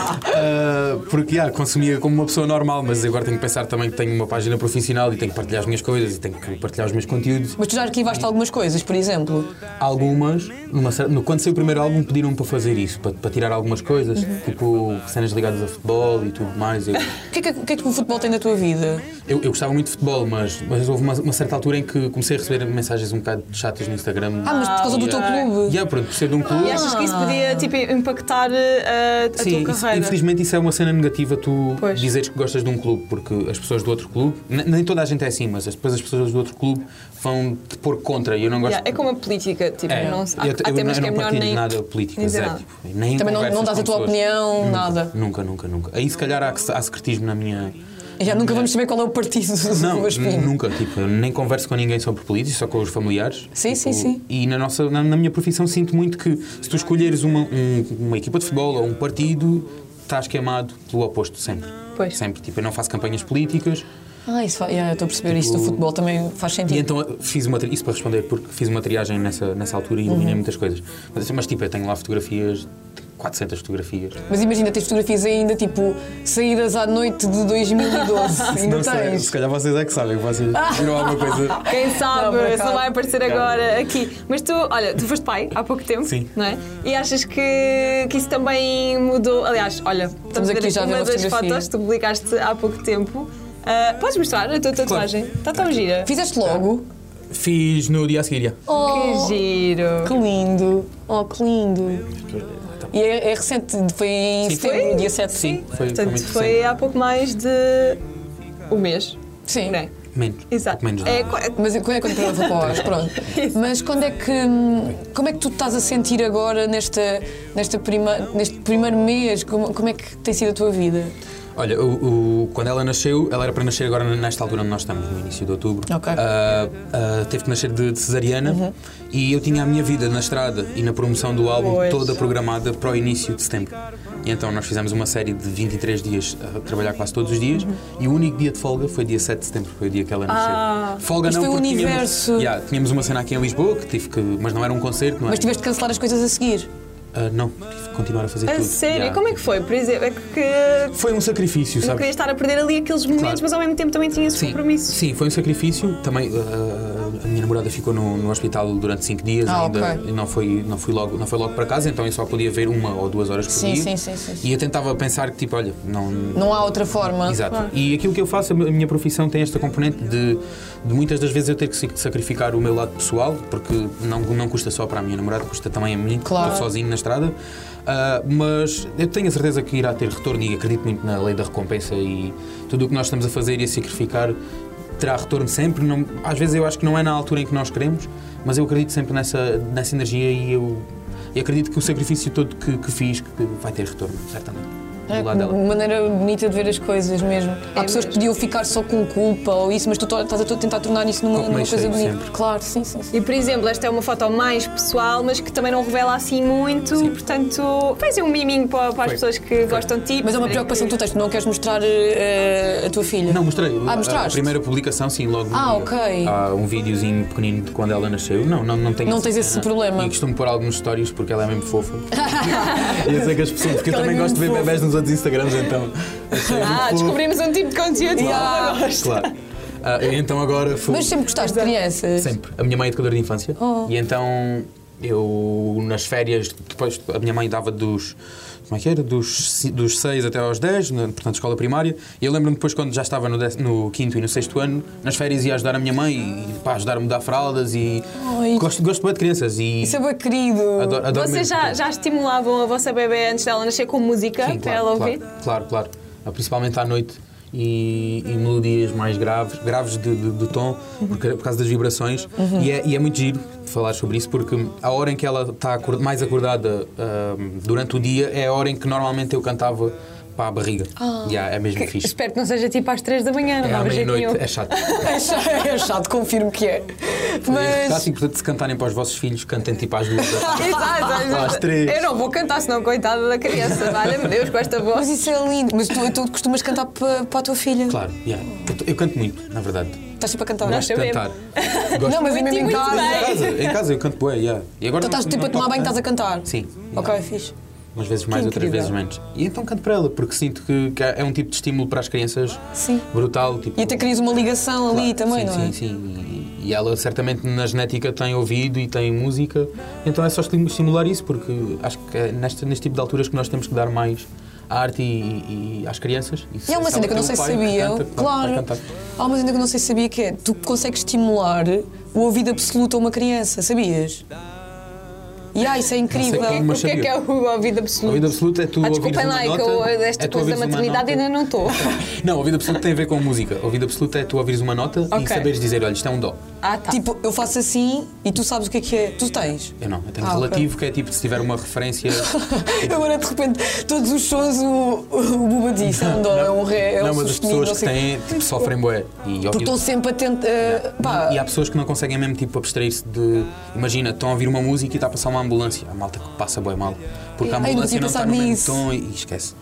Ah, porque yeah, consumia como uma pessoa normal, mas agora tenho que pensar também que tenho uma página profissional e tenho que partilhar as minhas coisas e tenho que partilhar os meus conteúdos. Mas tu já arquivaste algumas coisas, por exemplo. Algumas, numa cer- no, quando saiu o primeiro álbum, pediram-me para fazer isso, para, para tirar algumas coisas, Uhum. tipo cenas ligadas a futebol e tudo mais. Eu, O que, é que, o que é que o futebol tem na tua vida? eu, eu gostava muito de futebol, mas, mas houve uma, uma certa altura em que comecei a receber mensagens um bocado chatas no Instagram. Ah, mas por causa do teu Yeah. clube. Yeah, pronto, por ser de um clube. E achas que isso podia tipo, impactar ah, a Sim, tua isso- carreira? infelizmente isso é uma cena negativa tu Pois. dizeres que gostas de um clube, porque as pessoas do outro clube, n- nem toda a gente é assim, mas as- depois as pessoas do outro clube vão te pôr contra e eu não gosto. Yeah, é como a política, tipo, É, não, há, eu, há eu temas não que é melhor partilho nem. nada política, nem dizer zero, nada. tipo, nem Também não- não conversas dás a com tua pessoas. opinião, nunca, nada. Nunca, nunca, nunca. Aí se calhar há, há secretismo na minha. E Já nunca vamos saber qual é o partido do Não, meu espinho. n- nunca, tipo, eu nem converso com ninguém sobre política, só com os familiares. Sim, tipo, sim, sim. E na, nossa, na, na minha profissão sinto muito que se tu escolheres uma, um- uma equipa de futebol ou um partido, estás queimado pelo oposto sempre. Pois. Sempre, tipo, eu não faço campanhas políticas. Ah, isso faz... yeah, eu estou a perceber isso do Tipo- futebol, também faz E sentido. então eu fiz uma tri- isso para responder, porque fiz uma triagem nessa, nessa altura e eliminei muitas coisas. Mas, mas tipo, eu tenho lá fotografias, 400 fotografias. Mas imagina, tens fotografias ainda, tipo, saídas à noite de 2012. ainda Não sei, tens. se calhar vocês é que sabem, vocês viram alguma coisa. Quem sabe, Não, por só acaso. vai aparecer agora aqui. Mas tu, olha, tu foste pai há pouco tempo, Sim. não é? E achas que, que isso também mudou? Aliás, olha, estamos a ver aqui já a ver uma uma das fotografia. fotos que tu publicaste há pouco tempo. Ah, podes mostrar a tua tatuagem? Está tão gira. Fizeste logo? Fiz no dia a seguir, já. Oh, Que giro. que lindo. Oh, que lindo. E é, é recente, foi em Sim, setembro, foi? dia 7. Tipo, Sim, foi, foi Portanto, muito foi recente. há pouco mais de um mês, Sim. não é? Menos. Exato. pouco Menos de um é, ano. qu- Mas quando é que entrou para pós? Pronto. Mas quando é que. hum, Como é que tu te estás a sentir agora nesta, nesta prima, neste primeiro mês? Como, como é que tem sido a tua vida? Olha, o- o- quando ela nasceu, ela era para nascer agora nesta altura onde nós estamos, no início de outubro. Ok. Ah, ah, teve que nascer de, de cesariana Uhum. e eu tinha a minha vida na estrada e na promoção do álbum Pois. toda programada para o início de setembro. E então nós fizemos uma série de 23 dias a trabalhar quase todos os dias Uhum. e o único dia de folga foi dia 7 de setembro, foi o dia que ela nasceu. Ah, folga isto não, foi o porque universo. Tínhamos, Yeah, tínhamos uma cena aqui em Lisboa que tive que, mas não era um concerto, não é? Mas tiveste de cancelar as coisas a seguir. Ah, não, tive que continuar a fazer A tudo. sério, Yeah. como é que foi? Por exemplo, é que Foi um sacrifício, não sabe? queria estar a perder ali aqueles momentos, Claro. mas ao mesmo tempo também tinha esse Sim, compromisso. sim, foi um sacrifício. Também ah, a minha namorada ficou no, no hospital durante cinco dias Ah, ainda ok. e não foi, não, fui logo, não foi logo para casa, então eu só podia ver uma ou duas horas por Sim, dia. sim, sim, sim, sim. E eu tentava pensar que, tipo, olha, não, Não há outra forma. Exato. E aquilo que eu faço, a mi- a minha profissão tem esta componente de, de muitas das vezes eu ter que se- sacrificar o meu lado pessoal, porque não, não custa só para a minha namorada, custa também a mim, que Claro. estou sozinho na estrada. Ah, mas eu tenho a certeza que irá ter retorno e acredito muito na lei da recompensa e tudo o que nós estamos a fazer e a sacrificar terá retorno sempre. Não- às vezes eu acho que não é na altura em que nós queremos, mas eu acredito sempre nessa, nessa energia e eu. e acredito que o sacrifício todo que, que fiz que vai ter retorno, certamente. do É lado dela. uma maneira bonita de ver as coisas mesmo. Há É pessoas que mesmo. podiam ficar só com culpa ou isso, mas tu to- estás a to- tentar tornar isso numa, Como numa é coisa cheio, bonita. sempre. Claro, sim, sim. sim. E por exemplo, esta é uma foto mais pessoal, mas que também não revela assim muito, portanto, faz um miminho para, para as pessoas que gostam de ti. Mas é uma perceberem preocupação que que- tu tens, tu não queres mostrar eh, a tua filha. Não, mostrei. Ah, A- A, mostraste? primeira publicação, sim, logo no Ah, dia. ok. Há um videozinho pequenino de quando ela nasceu. Não, não, não tenho Não essa tens esse cena. problema. E costumo pôr alguns stories porque ela é mesmo fofa. E eu sei que as pessoas, porque eu Ela é também gosto de ver muito bebés nos outros Instagrams, então. Ah, descobrimos um tipo de conteúdo que ela gosta. claro. Ah, então agora fui. Mas sempre gostaste de crianças. Sempre. A minha mãe é educadora de infância. Oh. E então eu, nas férias, depois a minha mãe dava dos. Como é que era? Dos, ci- dos 6 até aos 10, na- portanto, escola primária. E eu lembro-me depois, quando já estava no, déc- no quinto e no sexto ano, nas férias ia ajudar a minha mãe e pá, ajudar a mudar fraldas e. Ai. Gosto, gosto bem de crianças e. Isso é bem querido. Adoro, adoro Vocês mesmo já, crianças. já estimulavam a vossa bebê antes dela nascer com música Sim, para claro, ela claro, ouvir? Claro, claro. Ah, Principalmente à noite e, e melodias mais graves, graves de, de- de tom, porque- é por causa das vibrações. E, é, e é muito giro falar sobre isso, porque a hora em que ela está acor- mais acordada ahm, durante o dia é a hora em que normalmente eu cantava para a barriga. Ah. Yeah, é mesmo fixe. Espero que não seja tipo às 3 da um manhã, não É à dava jeito nenhum. meia-noite, é chato. É chato, é chato, confirmo que é. É Mas. fantástico, portanto, se cantarem para os vossos filhos, cantem tipo às duas da tarde. Exato, exato. Às três. Eu não vou cantar, senão coitada da criança. Valha-me Deus, com esta Mas voz. isso é lindo. Mas tu, tu costumas cantar para, para a tua filha. Claro, yeah. eu, to- eu canto muito, na verdade. Estás sempre a cantar. Gosto de sabemos. cantar. Gosto Não, mas é Muito, mesmo em muito casa. bem. Em casa, em casa eu canto bué, yeah. E agora Então estás não- tipo a não tomar toco banho e tanto. estás a cantar. Sim. Ok, fixe. Umas vezes mais, outras incrível. vezes menos. E então canto para ela, porque sinto que, que é um tipo de estímulo para as crianças Sim. brutal. Tipo, E até crias uma ligação ali Claro, também, sim, não é? Sim, sim. E, e ela certamente na genética tem ouvido e tem música, então é só estim- estimular isso, porque acho que é neste, neste tipo de alturas que nós temos que dar mais à arte e, e às crianças. E, se- E há uma se ela cena que eu não tem um sei se pai que sabia. canta, vai claro. cantar. Há uma cena que eu não sei se sabia que é. Tu consegues estimular o ouvido absoluto a uma criança, sabias? E ah, isso é incrível. Não sei como, O mas que é que é o ouvido absoluto? O ouvido absoluto é tu Ah, desculpem lá, ouvires uma é que eu, nota, esta é tu coisa da ouvires uma maternidade nota. ainda não estou. Não, ouvido absoluto tem a ver com música. Ouvido absoluto é tu ouvires uma nota Ok. e saberes dizer, olha, isto é um dó. Ah, tá. Tipo, eu faço assim e tu sabes o que é que é. Tu tens. Eu não, eu tenho Ah, ok. relativo, que é tipo, se tiver uma referência... Agora de repente todos os sons o, o Buba disse, é um dó, é um ré, é um não, mas as sustenido, pessoas não que sei o quê. têm, tipo, sofrem bué. E, Porque estão sempre a tentar. eh, pá, e há pessoas que não conseguem mesmo, tipo, abstrair-se de... Imagina, estão a ouvir uma música e está a passar uma ambulância. A malta que passa bué mal. Porque a Ai, não ambulância tinha não está pensado no mesmo nisso. tom e, e esquece.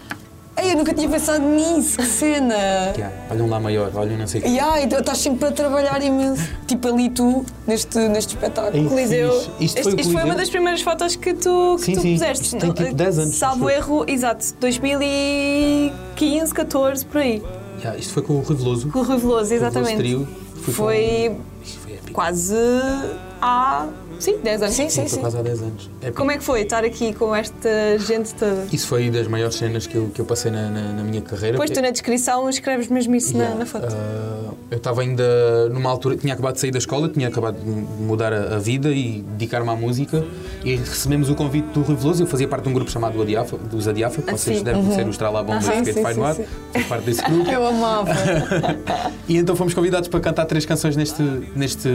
Ei, eu nunca tinha pensado nisso, que cena! Yeah, olham um lá maior, olham não sei o quê. E ai, tu estás sempre a trabalhar imenso. tipo ali tu, neste, neste espetáculo. Coliseu. Fixe. Isto Isto, foi o isto foi Coliseu? uma das primeiras fotos que tu, que Sim, tu sim. puseste. Isto tem tipo Não, 10 anos, Salvo acho eu. erro, exato, 2015, 14, por aí. Yeah, isto foi com o Rui Veloso. Com o Rui Veloso, exatamente. trio. Fui Foi Isto foi épico. quase há. Sim, 10 anos. Sim, Foi sim. quase há 10 anos. Épico. Como é que foi estar aqui com esta gente toda? Isso foi das maiores cenas que eu, que eu passei na, na- na minha carreira. Depois tu na descrição escreves mesmo isso na, Yeah. na foto. Ah, eu estava ainda numa altura, tinha acabado de sair da escola, tinha acabado de mudar a, a vida e dedicar-me à música. E recebemos o convite do Rui Veloso. Eu fazia parte de um grupo chamado Adiafa, dos Adiafa, que Ah, vocês sim. devem conhecer, o Estrala Bomba Aham, e o sim, Skate Fire sim, Noir. sim. Fiz parte desse grupo. Eu amava. E então fomos convidados para cantar três canções neste, neste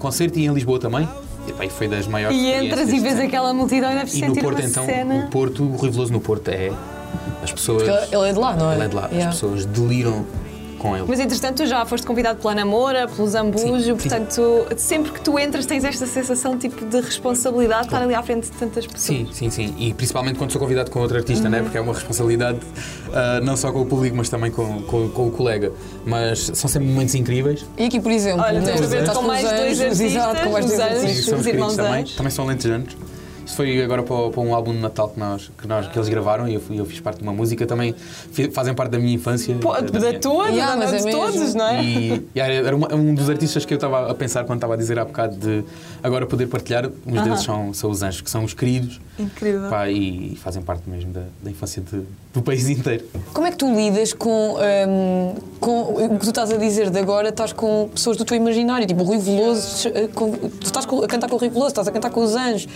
concerto e em Lisboa também. E, pá, e foi das maiores E entras e experiências. vês aquela multidão e deves E no sentir Porto, uma então, cena. o Porto, o Rui Veloso no Porto é As pessoas. Porque ele é de lá, não é? Ele é de lá. Yeah. As pessoas deliram com ele. Mas entretanto, tu já foste convidado pela Namora, pelo Zambujo, Sim, sim. portanto, sempre que tu entras tens esta sensação tipo de responsabilidade de estar ali à frente de tantas pessoas. Sim, sim, sim. E principalmente quando sou convidado com outro artista, Uhum. né? Porque é uma responsabilidade ah, não só com o público, mas também com, com- com o colega. Mas são sempre momentos incríveis. E aqui, por exemplo, Olha, né, estás a ver, estás com com mais os dois anjos, artistas, exato, com mais os dois anjos. artistas. E somos os queridos irmãos também. anjos. Também são alentejanos. Isto foi agora para, o- para um álbum de Natal que, nós, que, nós, que eles gravaram e eu, fui- eu fiz parte de uma música. Também fi- fazem parte da minha infância. Pô, e da minha- tua, Yeah, da mas é de mesmo. todos, não é? E, e era, era uma- um dos artistas que eu estava a pensar quando estava a dizer há bocado de agora poder partilhar. Uns deles são, são os anjos, que são os queridos Incrível. pá, e, fazem parte mesmo da, da infância de- do país inteiro. Como é que tu lidas com, hum, com o que tu estás a dizer de agora? Estás com pessoas do teu imaginário, tipo o Rui Veloso, eh, com- tu estás com- a cantar com o Rui Veloso, estás a cantar com os Anjos.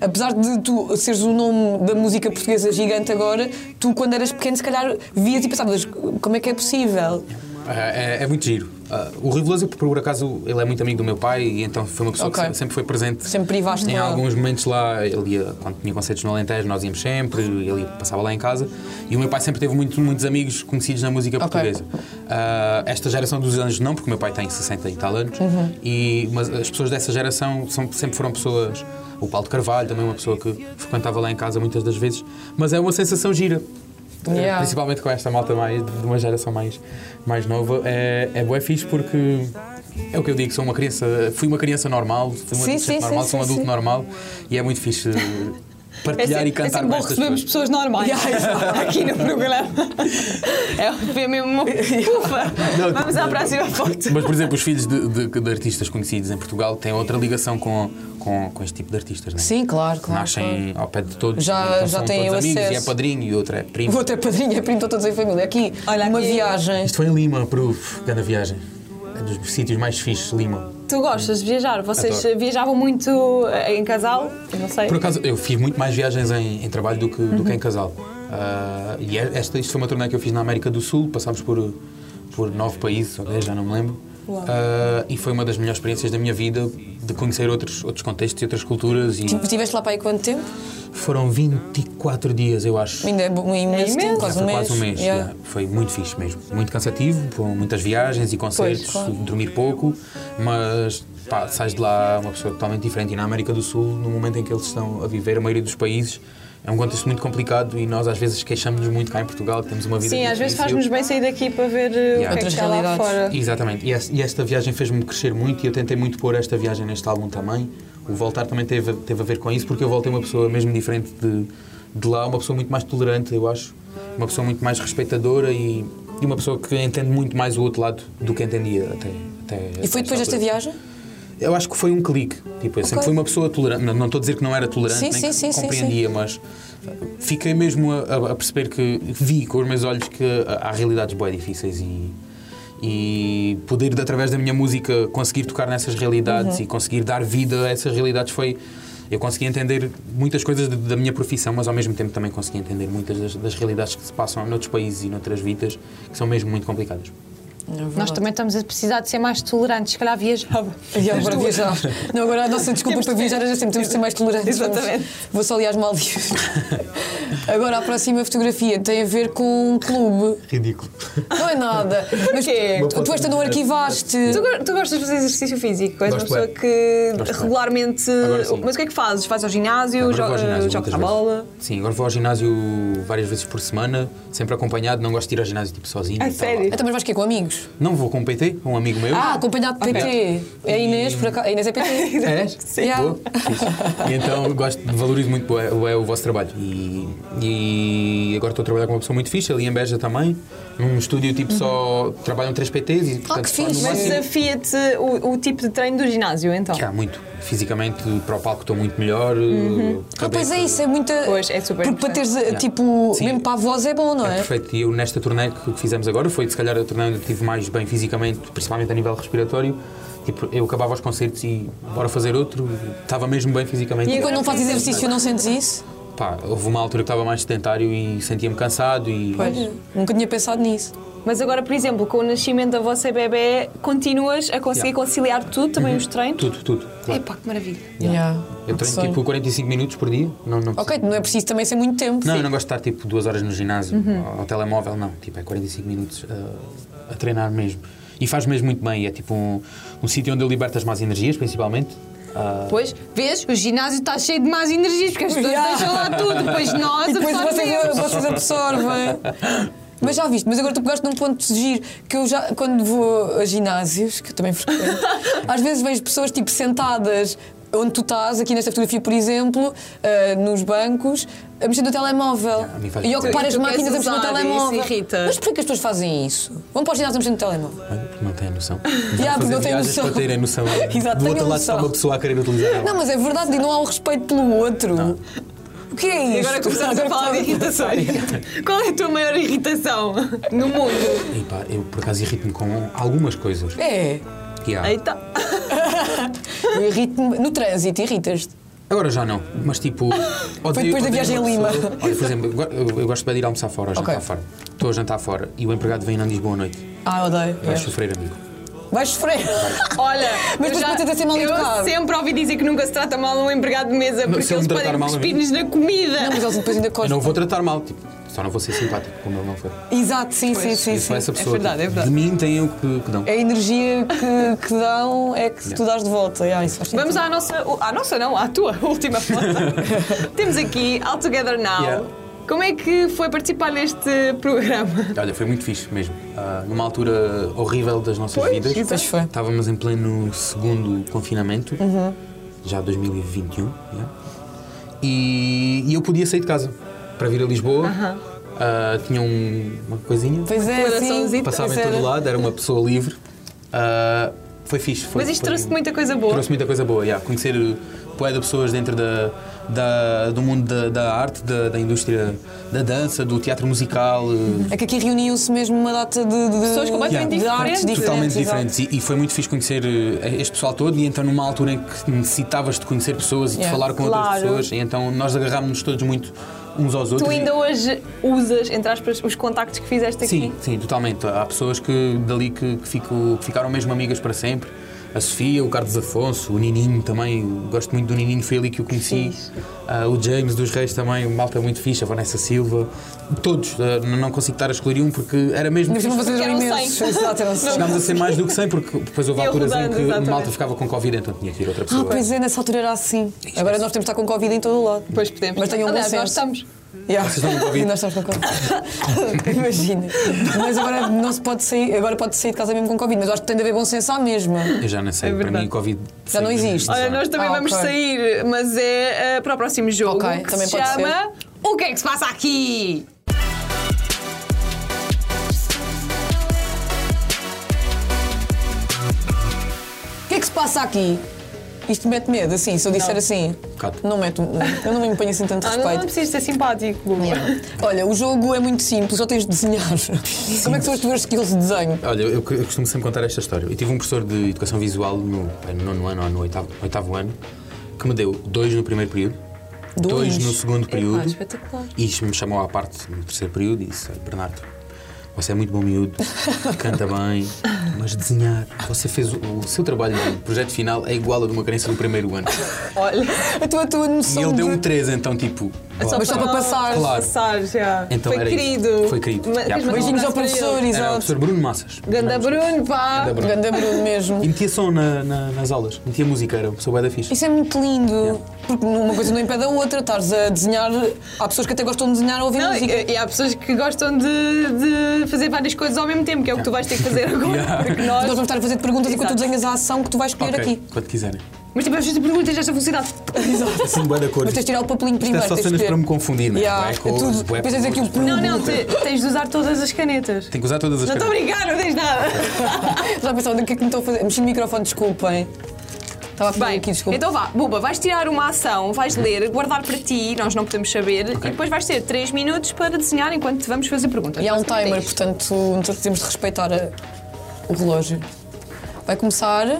Apesar de tu seres o nome da música portuguesa gigante agora, tu quando eras pequeno se calhar vias e pensavas como é que é possível? É, é- é muito giro. Ah, o Rui Veloso, por acaso, ele é muito amigo do meu pai e então foi uma pessoa Ok. que se- sempre foi presente. Sempre privaste Em lá. alguns momentos lá, ele ia, quando tinha concertos no Alentejo, nós íamos sempre, ele passava lá em casa. E o meu pai sempre teve muito- muitos amigos conhecidos na música Ok. portuguesa. Ah, esta geração dos anos não, porque o meu pai tem 60 e tal anos, Uhum. e, mas as pessoas dessa geração são- sempre foram pessoas. O Paulo de Carvalho também é uma pessoa que frequentava lá em casa muitas das vezes, mas é uma sensação gira. Yeah. Principalmente com esta malta mais, de uma geração mais, mais nova, é, é bué fixe porque é o que eu digo, sou uma criança, fui uma criança normal, fui Sim, um adolescente sim, sim, normal, sim, sou um adulto sim. normal e é muito fixe É partilhar sempre, e é cantar sempre com bom estas recebermos pessoas pessoas. normais aqui no programa. É, é mesmo uma ufa. Não, Vamos tipo, à próxima foto. Mas, por exemplo, os filhos de, de- de artistas conhecidos em Portugal têm outra ligação com, com, com este tipo de artistas, não é? Sim, claro, claro. Nascem ao pé de todos, Já- então já são têm todos o amigos, acesso. e é padrinho e outro é primo. Vou ter padrinho e primo, estão todos em família. Aqui, Olha, uma aqui- viagem. Isto foi em Lima, Peru, grande viagem. É dos sítios mais fixes, Lima. Tu gostas de viajar? Vocês Adoro. viajavam muito eh, em casal? Eu não sei. Por acaso, eu fiz muito mais viagens em, em trabalho do que, do que em casal. Ah, e é- esta, isto foi uma turnê que eu fiz na América do Sul, passámos por, por nove países, ou dez, já não me lembro. Ah, e foi uma das melhores experiências da minha vida, de conhecer outros, outros contextos e outras culturas. E Estiveste lá para aí quanto tempo? foram 24 dias, eu acho. Ainda é um imenso imenso. tempo, Já quase foi um mês. quase um mês. Yeah. já. Foi muito fixe mesmo. Muito cansativo, com muitas viagens e concertos, claro. dormir pouco, mas pá, sais de lá uma pessoa totalmente diferente. E na América do Sul, no momento em que eles estão a viver, a maioria dos países. É um contexto muito complicado e nós às vezes queixamos-nos muito cá em Portugal, que temos uma vida Sim, às vezes difícil. faz-nos bem sair daqui para ver eh, o que é que Outras está lá realidades. fora. Exatamente. E es- E esta viagem fez-me crescer muito e eu tentei muito pôr esta viagem neste álbum também. O voltar também teve, teve a ver com isso, porque eu voltei uma pessoa mesmo diferente de, de lá, uma pessoa muito mais tolerante, eu acho. Uma pessoa muito mais respeitadora e, e uma pessoa que entende muito mais o outro lado do que entendia até. até E foi depois desta viagem? Eu acho que foi um clique. Tipo, eu sempre Ok. fui uma pessoa tolerante. Não não estou a dizer que não era tolerante, Sim, nem sim, que sim, sim, compreendia, mas fiquei mesmo a, a- a perceber que vi com os meus olhos que há realidades bem difíceis e, e poder, de- através da minha música, conseguir tocar nessas realidades Uhum. e conseguir dar vida a essas realidades foi. Eu consegui entender muitas coisas de- da minha profissão, mas ao mesmo tempo também consegui entender muitas das, das realidades que se passam noutros países e noutras vidas que são mesmo muito complicadas. Nós também estamos a precisar de ser mais tolerantes, se calhar viajava. E agora viajar. Não, agora a nossa desculpa Temos para de ser- viajar era sempre temos de ser mais tolerantes. Vamos- Exatamente. Vou só ali às Maldivas. Agora a próxima fotografia tem a ver com um clube. Ridículo. Não é nada. Mas quê? tu, tu esta não arquivaste. Tu, go- tu gostas de fazer exercício físico? És uma Gosto pessoa bem. que Gosto bem. regularmente. Agora sim. Mas o que é que fazes? Vais ao ginásio, eh, Agora jo- eh, vou ao ginásio jogas muitas à vezes. bola? Sim, agora vou ao ginásio várias vezes por semana, sempre acompanhado, não gosto de ir ao ginásio tipo sozinho. A e tal. sério? Então, mas vais quê? Com amigos? Não vou com um PT, com um amigo meu. Ah, acompanhado de PT. É a Inês, por acaso. A Inês é PT. É? Sim. Yeah. Boa. Fixe. E então gosto, valorizo muito bué- bué o vosso trabalho. E, e agora estou a trabalhar com uma pessoa muito fixe, ali em Beja também, num estúdio tipo só trabalham três PTs e portanto Uhum. Ah, que só no fixe. Mas máximo- desafia-te o, o tipo de treino do ginásio, então. Que há muito. Fisicamente, para o palco estou muito melhor. Ah, pois é isso, é muita. Pois, é super Porque para teres, tipo, Sim. mesmo para a voz é bom, não É é? perfeito. E eu, nesta turnê que que fizemos agora, foi se calhar a turnê onde eu estive mais bem fisicamente, principalmente a nível respiratório. Tipo, eu acabava os concertos e bora fazer outro. Estava mesmo bem fisicamente. E quando não fazes exercício, não sentes isso? Pá, houve uma altura que estava mais sedentário e sentia-me cansado e. Pois, nunca tinha pensado nisso. Mas agora, por exemplo, com o nascimento da vossa bebê, continuas a conseguir Yeah. Uhum. conciliar tudo, também os treinos? É Tudo, tudo. Claro. Epá, que maravilha. Yeah. Eu treino Sonho. tipo 45 minutos por dia. Não, não Ok, não é preciso também ser muito tempo. Não, eu não gosto de estar tipo duas horas no ginásio Uhum. ao, ao telemóvel, não. Tipo, é 45 minutos uh, a, a treinar mesmo. E faz mesmo muito bem. É tipo um, um sítio onde eu liberto as más energias, principalmente. Ah, Pois, vês, o ginásio está cheio de más energias, porque as pessoas Yeah. deixam lá tudo, depois nós E depois vocês, absorvemos. vocês absorvem. Mas já viste, mas agora tu pegaste num ponto de giro que eu já, quando vou a ginásios, que eu também frequento, às vezes vejo pessoas tipo sentadas onde tu estás, aqui nesta fotografia, por exemplo, ah, nos bancos, a mexer no telemóvel. Ah, a mim faz- e ocupar E as tu máquinas a queres mexer no usar, telemóvel. isso irrita. Mas porquê que as pessoas fazem isso? Vão para os ginásios a mexer no telemóvel. porque não tenho Já, noção. porque Fazer não tenho viagens noção. Para terem noção. Exato, Do tenho outro lado noção. está uma pessoa a querer utilizar. ela. Não, mas é verdade, e não há o respeito pelo outro. O que é E isso? agora começamos a falar de irritações. Qual é a tua maior irritação no mundo? E pá, eu por acaso irrito-me com algumas coisas. É, que há. Eita! eu irrito-me. No trânsito, irritas-te. Agora já não, mas tipo. odeio- depois da odeio viagem a uma Lima. pessoa- Olha, por exemplo, eu go- eu, eu gosto bem de ir almoçar fora, ou jantar Ok. fora. Estou a jantar fora e o empregado vem e não diz boa noite. Ah, odeio. Vais sofrer, amigo. Vais sofrer. Olha, Mas eu tu tentas ser mal eu educado. sempre ouvi dizer que nunca se trata mal um empregado de mesa porque se ele eles me tratar podem mal a mim. cuspir-nos na comida. Não, mas eles depois ainda Eu cospem. não vou tratar mal, tipo, só não vou ser simpático, como ele não foi. Exato, sim, sim, sim. Isso sim. vai essa pessoa. verdade, é tipo, verdade. De mim tem o que, que dão. A energia que, que dão é que tu dás de volta. Yeah, isso faz Vamos sentido. à nossa. À nossa, não, à tua última foto. Temos aqui All Together Now. Yeah. Como é que foi participar neste programa? Olha, foi muito fixe mesmo. Ah, numa altura horrível das nossas vidas. Pois foi. Estávamos em pleno segundo confinamento, já 2021, yeah. e, e eu podia sair de casa para vir a Lisboa. Ah, tinha um- uma coisinha, Pois é, sim. Coraçãozinho. passava em pois todo era. lado, era uma pessoa livre. Ah, foi fixe. Foi, Mas isto foi- trouxe-te muita coisa boa. Trouxe muita coisa boa, yeah. conhecer poé de pessoas dentro da, da- do mundo da, da arte, da, da indústria da dança, do teatro musical, eh, É que aqui reuniam-se mesmo uma data de, de Pessoas completamente de artes diferentes. totalmente diferentes. diferentes. E, e foi muito fixe conhecer eh, este pessoal todo. E então, numa altura em que necessitavas de conhecer pessoas e de Yeah. falar com outras Claro. pessoas, e então nós agarrámos-nos todos muito uns aos outros. Tu e- ainda hoje usas, entre aspas, os contactos que fizeste aqui? Sim, sim, totalmente. Há pessoas que dali que, que fico- que ficaram mesmo amigas para sempre. A Sofia, o Carlos Afonso, o Nininho também, eu gosto muito do Nininho, foi ali que eu conheci. Ah, o James dos Reis também, o malta é muito fixe, a Vanessa Silva, todos. Ah, não não consigo estar a escolher um porque era mesmo. Mas fixe. não vocês eram Porque eram imensos. cem. Exato, eram cem. Chegámos a ser mais do que 100 porque depois houve Eu alturas em rodando, que exatamente. a malta ficava com Covid, então tinha que ir outra Ah, pessoa. pois é, nessa altura era assim. Agora nós temos de estar com Covid em todo o lado. Pois podemos. Mas tenham um bom Aliás, senso. nós estamos. Yeah. Vocês estão com Covid? E nós estamos com Covid. Imagina. Mas agora não se pode sair, agora pode sair de casa mesmo com Covid, mas eu acho que tem de haver bom senso à mesma. Eu já não sei, É para verdade. mim Covid. um Já não existe. Olha, nós também Ah, vamos ok. sair, mas é eh, para o próximo jogo. Ok, que também se pode chama O que é que se passa aqui? O que é que se passa aqui? Isto mete medo, assim, se eu disser assim. Bocado. Não mete Eu não me empenho assim tanto Ah, não, não respeito. é. precisas ser simpático. Ah, Buba. Olha, o jogo é muito simples, só tens de desenhar. Como é que são as tuas skills de desenho? Olha, eu, eu costumo sempre contar esta história. Eu tive um professor de educação visual no, pá, no nono ano ou no oitavo, oitavo ano que me deu dois no primeiro período, dois, no segundo período espetacular. e me chamou à parte no terceiro período e disse: "Olha, Bernardo, você é muito bom miúdo, canta bem, mas desenhar, você fez o, o seu trabalho de projeto final é igual ao de uma criança do primeiro ano. Olha, A tua, a tua E noção ele de... deu um 3, então tipo. Mas só para passar. Claro. Passar, já. Então foi, era isso. querido. Foi querido. Mas- Já. tens de mandar um Beijinhos ao abraço para professor, ele. Era o exato. professor Bruno Massas. Ganda Bruno, pá. Ganda Bruno. Ganda Bruno mesmo. E metia som na- na- nas aulas, metia música, era uma pessoa bué da fixe. Isso é muito lindo, porque uma coisa não impede a outra. Estás a desenhar. Há pessoas que até gostam de desenhar ou ouvir Não, música. e, e há pessoas que gostam de, de fazer várias coisas ao mesmo tempo, que é o que tu vais ter que fazer agora. Yeah. Porque Nós nós. vamos estar a fazer perguntas enquanto tu Exato. desenhas a ação que tu vais escolher Ok, aqui. Quando quiserem. Mas tipo, às vezes perguntas desta velocidade. Assim, bué da cor. Mas tens de tirar o papelinho Isto primeiro. é só tens de cenas para escolher. me confundir, não Yeah, é? é Bué cores, tudo. bué Depois tens aqui o cores. pulo. Não, não, te- tens de usar todas as canetas. Tenho que usar todas as Não tá estou a canetas. brincar, não tens nada. Já pensaram, o que é que me estou a fazer? Mexi no microfone, desculpem. Estava a pedir Bem, aqui, desculpa. então vá, Buba, vais tirar uma ação, vais Uhum. ler, guardar para ti, nós não podemos saber, e depois vais ter 3 minutos para desenhar enquanto te vamos fazer perguntas. E há um Basicamente é timer, isto. portanto nós temos de respeitar a- o relógio. Vai começar.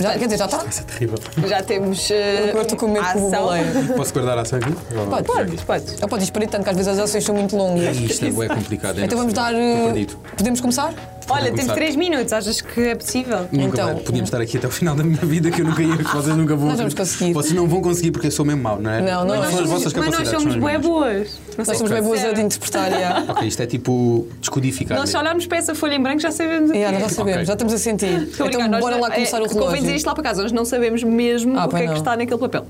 Já, quer dizer, já está? Isso é terrível. Já temos uh, Agora estou com medo a que o ação. boleiro. Posso guardar a ação aqui? Pode. Podes, podes. Eu posso disparar tanto que às vezes as ações são muito longas. Isto é bué complicado. é Então vamos nossa. dar. Estou eh, perdido. Podemos começar? Olha, temos começar. 3 minutos, achas que é possível? Nunca Então- vai- podíamos estar aqui até o final da minha vida, que eu nunca ia, que vocês nunca vão. Nós vamos conseguir. Vocês não vão conseguir porque eu sou mesmo mau, não é? Não, não, São nós as somos- vossas mas nós capacidades, somos são as bué minhas. boas. Não sei Nós somos se bem boas a percebem. de interpretar, já. Ok, isto é tipo descodificar. Nós se mesmo. olharmos para essa folha em branco já sabemos o que Já, é. nós já sabemos, Ok. já estamos a sentir. Tô então brincando, nós bora lá não- começar é, o Convém dizer relógio. isto lá para casa, nós não sabemos mesmo Ah, o que pois é que não. está naquele papel.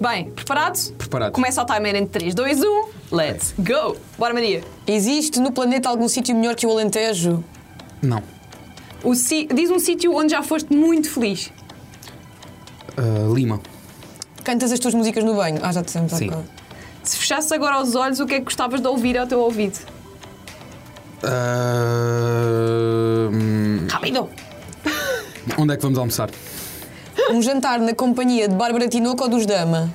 Bem, preparados? Preparado. Começa o timer em 3, 2, 1, let's go! Bora, Maria! Existe no planeta algum sítio melhor que o Alentejo? Não. O si- Diz um sítio onde já foste muito feliz. Ah, Lima. Cantas as tuas músicas no banho? Ah, já dissemos há Sim. bocado. Se fechasses agora os olhos, o que é que gostavas de ouvir ao teu ouvido? Ah, hum, Rápido! onde é que vamos almoçar? Um jantar na companhia de Bárbara Tinoco ou dos Dama?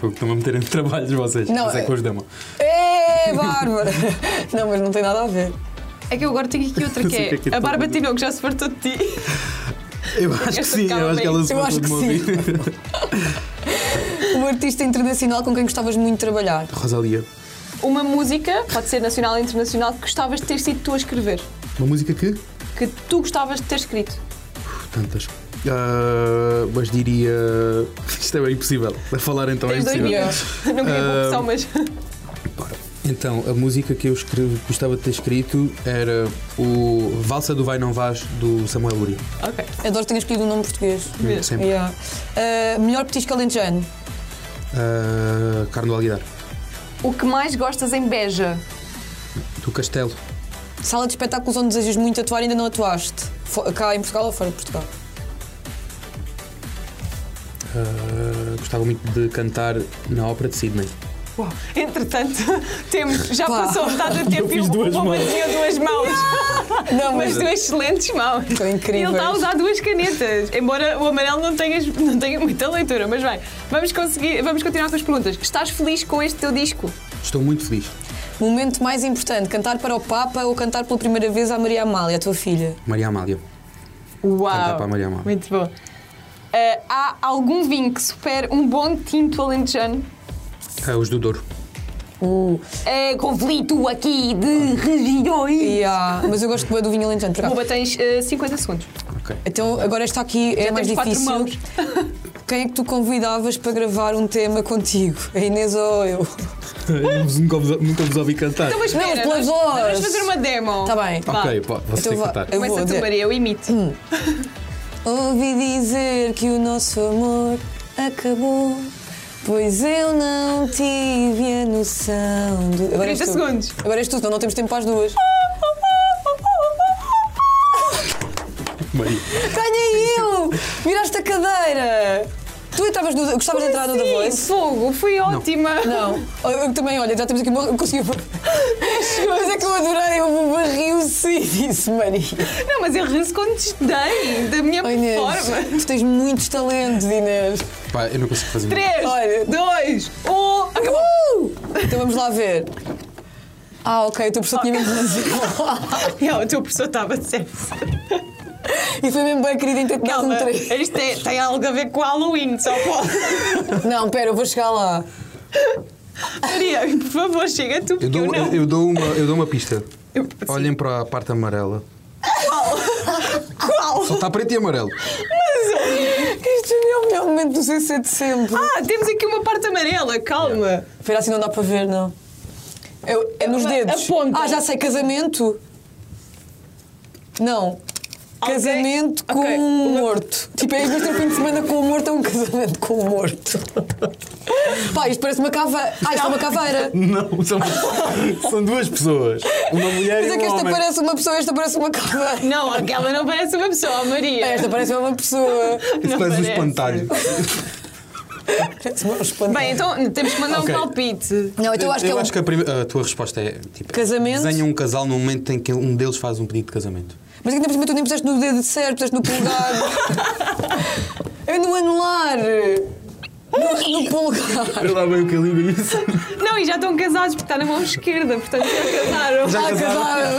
Fogo, Estão a meter em trabalhos vocês. Não, Mas é é- com os dama. É, Bárbara! não, mas não tem nada a ver. É que eu agora tenho aqui outra que sei o que é que é. A tu- Barba Tinoco já se fartou de ti. Eu acho que sim, que sim, Calma eu acho que aí. ela se Eu acho fartou de que me ouvir. Um artista internacional com quem gostavas muito de trabalhar? Rosalia. Uma música, pode ser nacional ou internacional, que gostavas de ter sido tu a escrever. Uma música que? Que tu gostavas de ter escrito. Tantas. Ah, mas diria. Isto é bem impossível. A falar então é Tens dois impossível. minutos. Não queria Um, corrupção, mas. Então, a música que eu escrevo- gostava de ter escrito era o Valsa do Vai Não Vais do Samuel Luria. Ok. Adoro que tenhas escolhido um nome português. Vê. Sempre. Yeah. Ah, melhor petisco alentejano? Ah, Carmo do Alguidar. O que mais gostas em Beja? Do Castelo. Sala de espetáculos onde desejas muito atuar e ainda não atuaste? Fo- cá em Portugal ou fora de Portugal? Ah, gostava muito de cantar na Ópera de Sydney. Uau. Entretanto, temos, já Pá. passou metade do tempo e o duas Ruben mãos. fazia duas mãos. Não, Mas é. duas excelentes mãos. Estão E incríveis. ele está a usar duas canetas, embora o amarelo não tenha, não tenha muita leitura, mas bem, vamos, conseguir, vamos continuar com as perguntas. Estás feliz com este teu disco? Estou muito feliz. Momento mais importante, cantar para o Papa ou cantar pela primeira vez à Maria Amália, a tua filha? Maria Amália. Uau! Cantar para a Maria Amália. Muito bom. Ah, há algum vinho que supere um bom tinto alentejano? Ah, os do Douro. Uh, É conflito aqui de regiões. Yeah, mas eu gosto de beber do vinho alentejano. por acaso. Ruba, tens ah, 50 segundos. Ok. Então, agora está aqui, é Já mais temos quatro difícil. mãos. Então, Quem é que tu convidavas para gravar um tema contigo? A Inês ou eu? Eu nunca vos, nunca vos ouvi cantar. Então, mas Não, espera, pela nós- voz. Vamos fazer uma demo. Está Tá bem. Vá. Ok, pá, vocês Então têm que vá. cantar. Eu vou Começa tu, dizer- Maria, eu Hum. imito. Ouvi dizer que o nosso amor acabou, pois eu não tive a noção de. Agora 30 és tu. segundos. Agora és tu, senão não temos tempo para as duas. Maria. Ganhei eu! Viraste a cadeira! Tu entravas no. Gostavas de entrar no Sim, The Voice? fogo, foi ótima. Não, eu eu também, olha, já temos aqui uma. Consegui. Mas é que eu adorei, eu barri o sim, disse Maria. Não, mas eu ri-se quando te dei da minha Oh, Inês, forma. tu tens muitos talentos, Inês. Pá, eu não consigo fazer. 3, Olha. 2, 1, acabou. Então vamos lá ver. Ah, ok, o teu professor tinha mesmo razão. Não, o teu professor estava certo. E foi mesmo bem querido em ter dado um Calma, três. isto é- tem algo a ver com o Halloween, só pode. Não, pera, eu vou chegar lá. Maria, por favor, chega tu, porque Eu eu, dou, não. eu, eu dou uma, eu dou uma pista. Eu- Olhem para a parte amarela. Qual? Só está preto e amarelo. Este é o meu momento do CC de sempre. Ah, temos aqui uma parte amarela, calma. Espera, assim não dá para ver, não. É, é nos Mas dedos. aponta. Ah, já sei, casamento. Não. Alguém- Casamento com Ok. um morto. Tipo, é este fim de semana com um morto, é um casamento com um morto. Pá, isto parece uma caveira. Ah, isto é uma caveira. Não, são, são duas pessoas. Uma mulher Mas e é um que esta homem. parece uma pessoa, esta parece uma caveira. Não, aquela não parece uma pessoa, a Maria. É, Esta parece uma pessoa. Isso Não parece um parece. espantalho. Parece uma espantada. Bem, então temos que mandar Ok. um palpite. Não, então eu acho que é um. a, prime- a tua resposta é tipo. Casamento? Desenha um casal no momento em que um deles faz um pedido de casamento. Mas é ainda por cima tu nem puseste no dedo certo, puseste no polegar. é no anular. No, no polegar. Olha lá bem o que eu ligo isso. Não, e já estão casados porque está na mão esquerda, portanto já casaram. Já ah, casaram.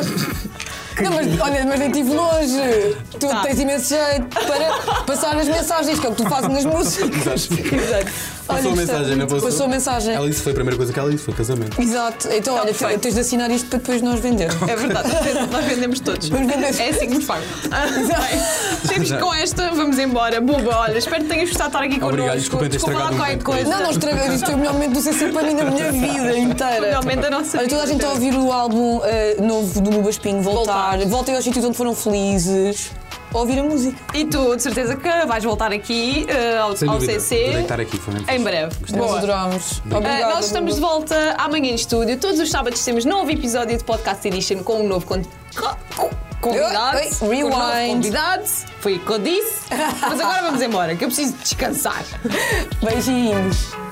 Não, mas olha, mas nem estive longe. Tu Tá. tens imenso jeito para passar as mensagens, que é o que tu fazes nas músicas. Exato. Passou a isto é mensagem, não muito- passou? Passou a mensagem. Ela disse foi a primeira coisa que ela disse, foi casamento. Exato. Então, olha, Tá Perfeito. tens de assinar isto para depois nós vendermos. É verdade, nós vendemos todos. Nós vendemos. É assim que se faz. Ah, bem, Temos com esta, vamos embora. Buba, olha, espero que tenhas gostado de estar aqui connosco. Obrigado, desculpem ter lá estragado um qualquer bocadinho coisa. Não, não estragas. Isto foi o melhor momento do CC Pani na minha vida inteira. Realmente a nossa Olha, toda a vida. gente a ouvir o álbum eh, novo do Buba Espinho voltar. Voltar. Voltem aos sítios onde foram felizes. Ouvir a música. E tu, de certeza que vais voltar aqui eh, ao, Sem ao dúvida. CC. Vou deitar aqui, foi mesmo. Em breve. Nós Boa. adorámos. Obrigada. Ah, nós estamos de Buba. volta amanhã em estúdio. Todos os sábados temos novo episódio de Podcast Edition com um novo con- co- convidado. Oi, oi, Com um novo rewind. convidado. Foi o que eu disse. Mas agora vamos embora, que eu preciso descansar. Beijinhos.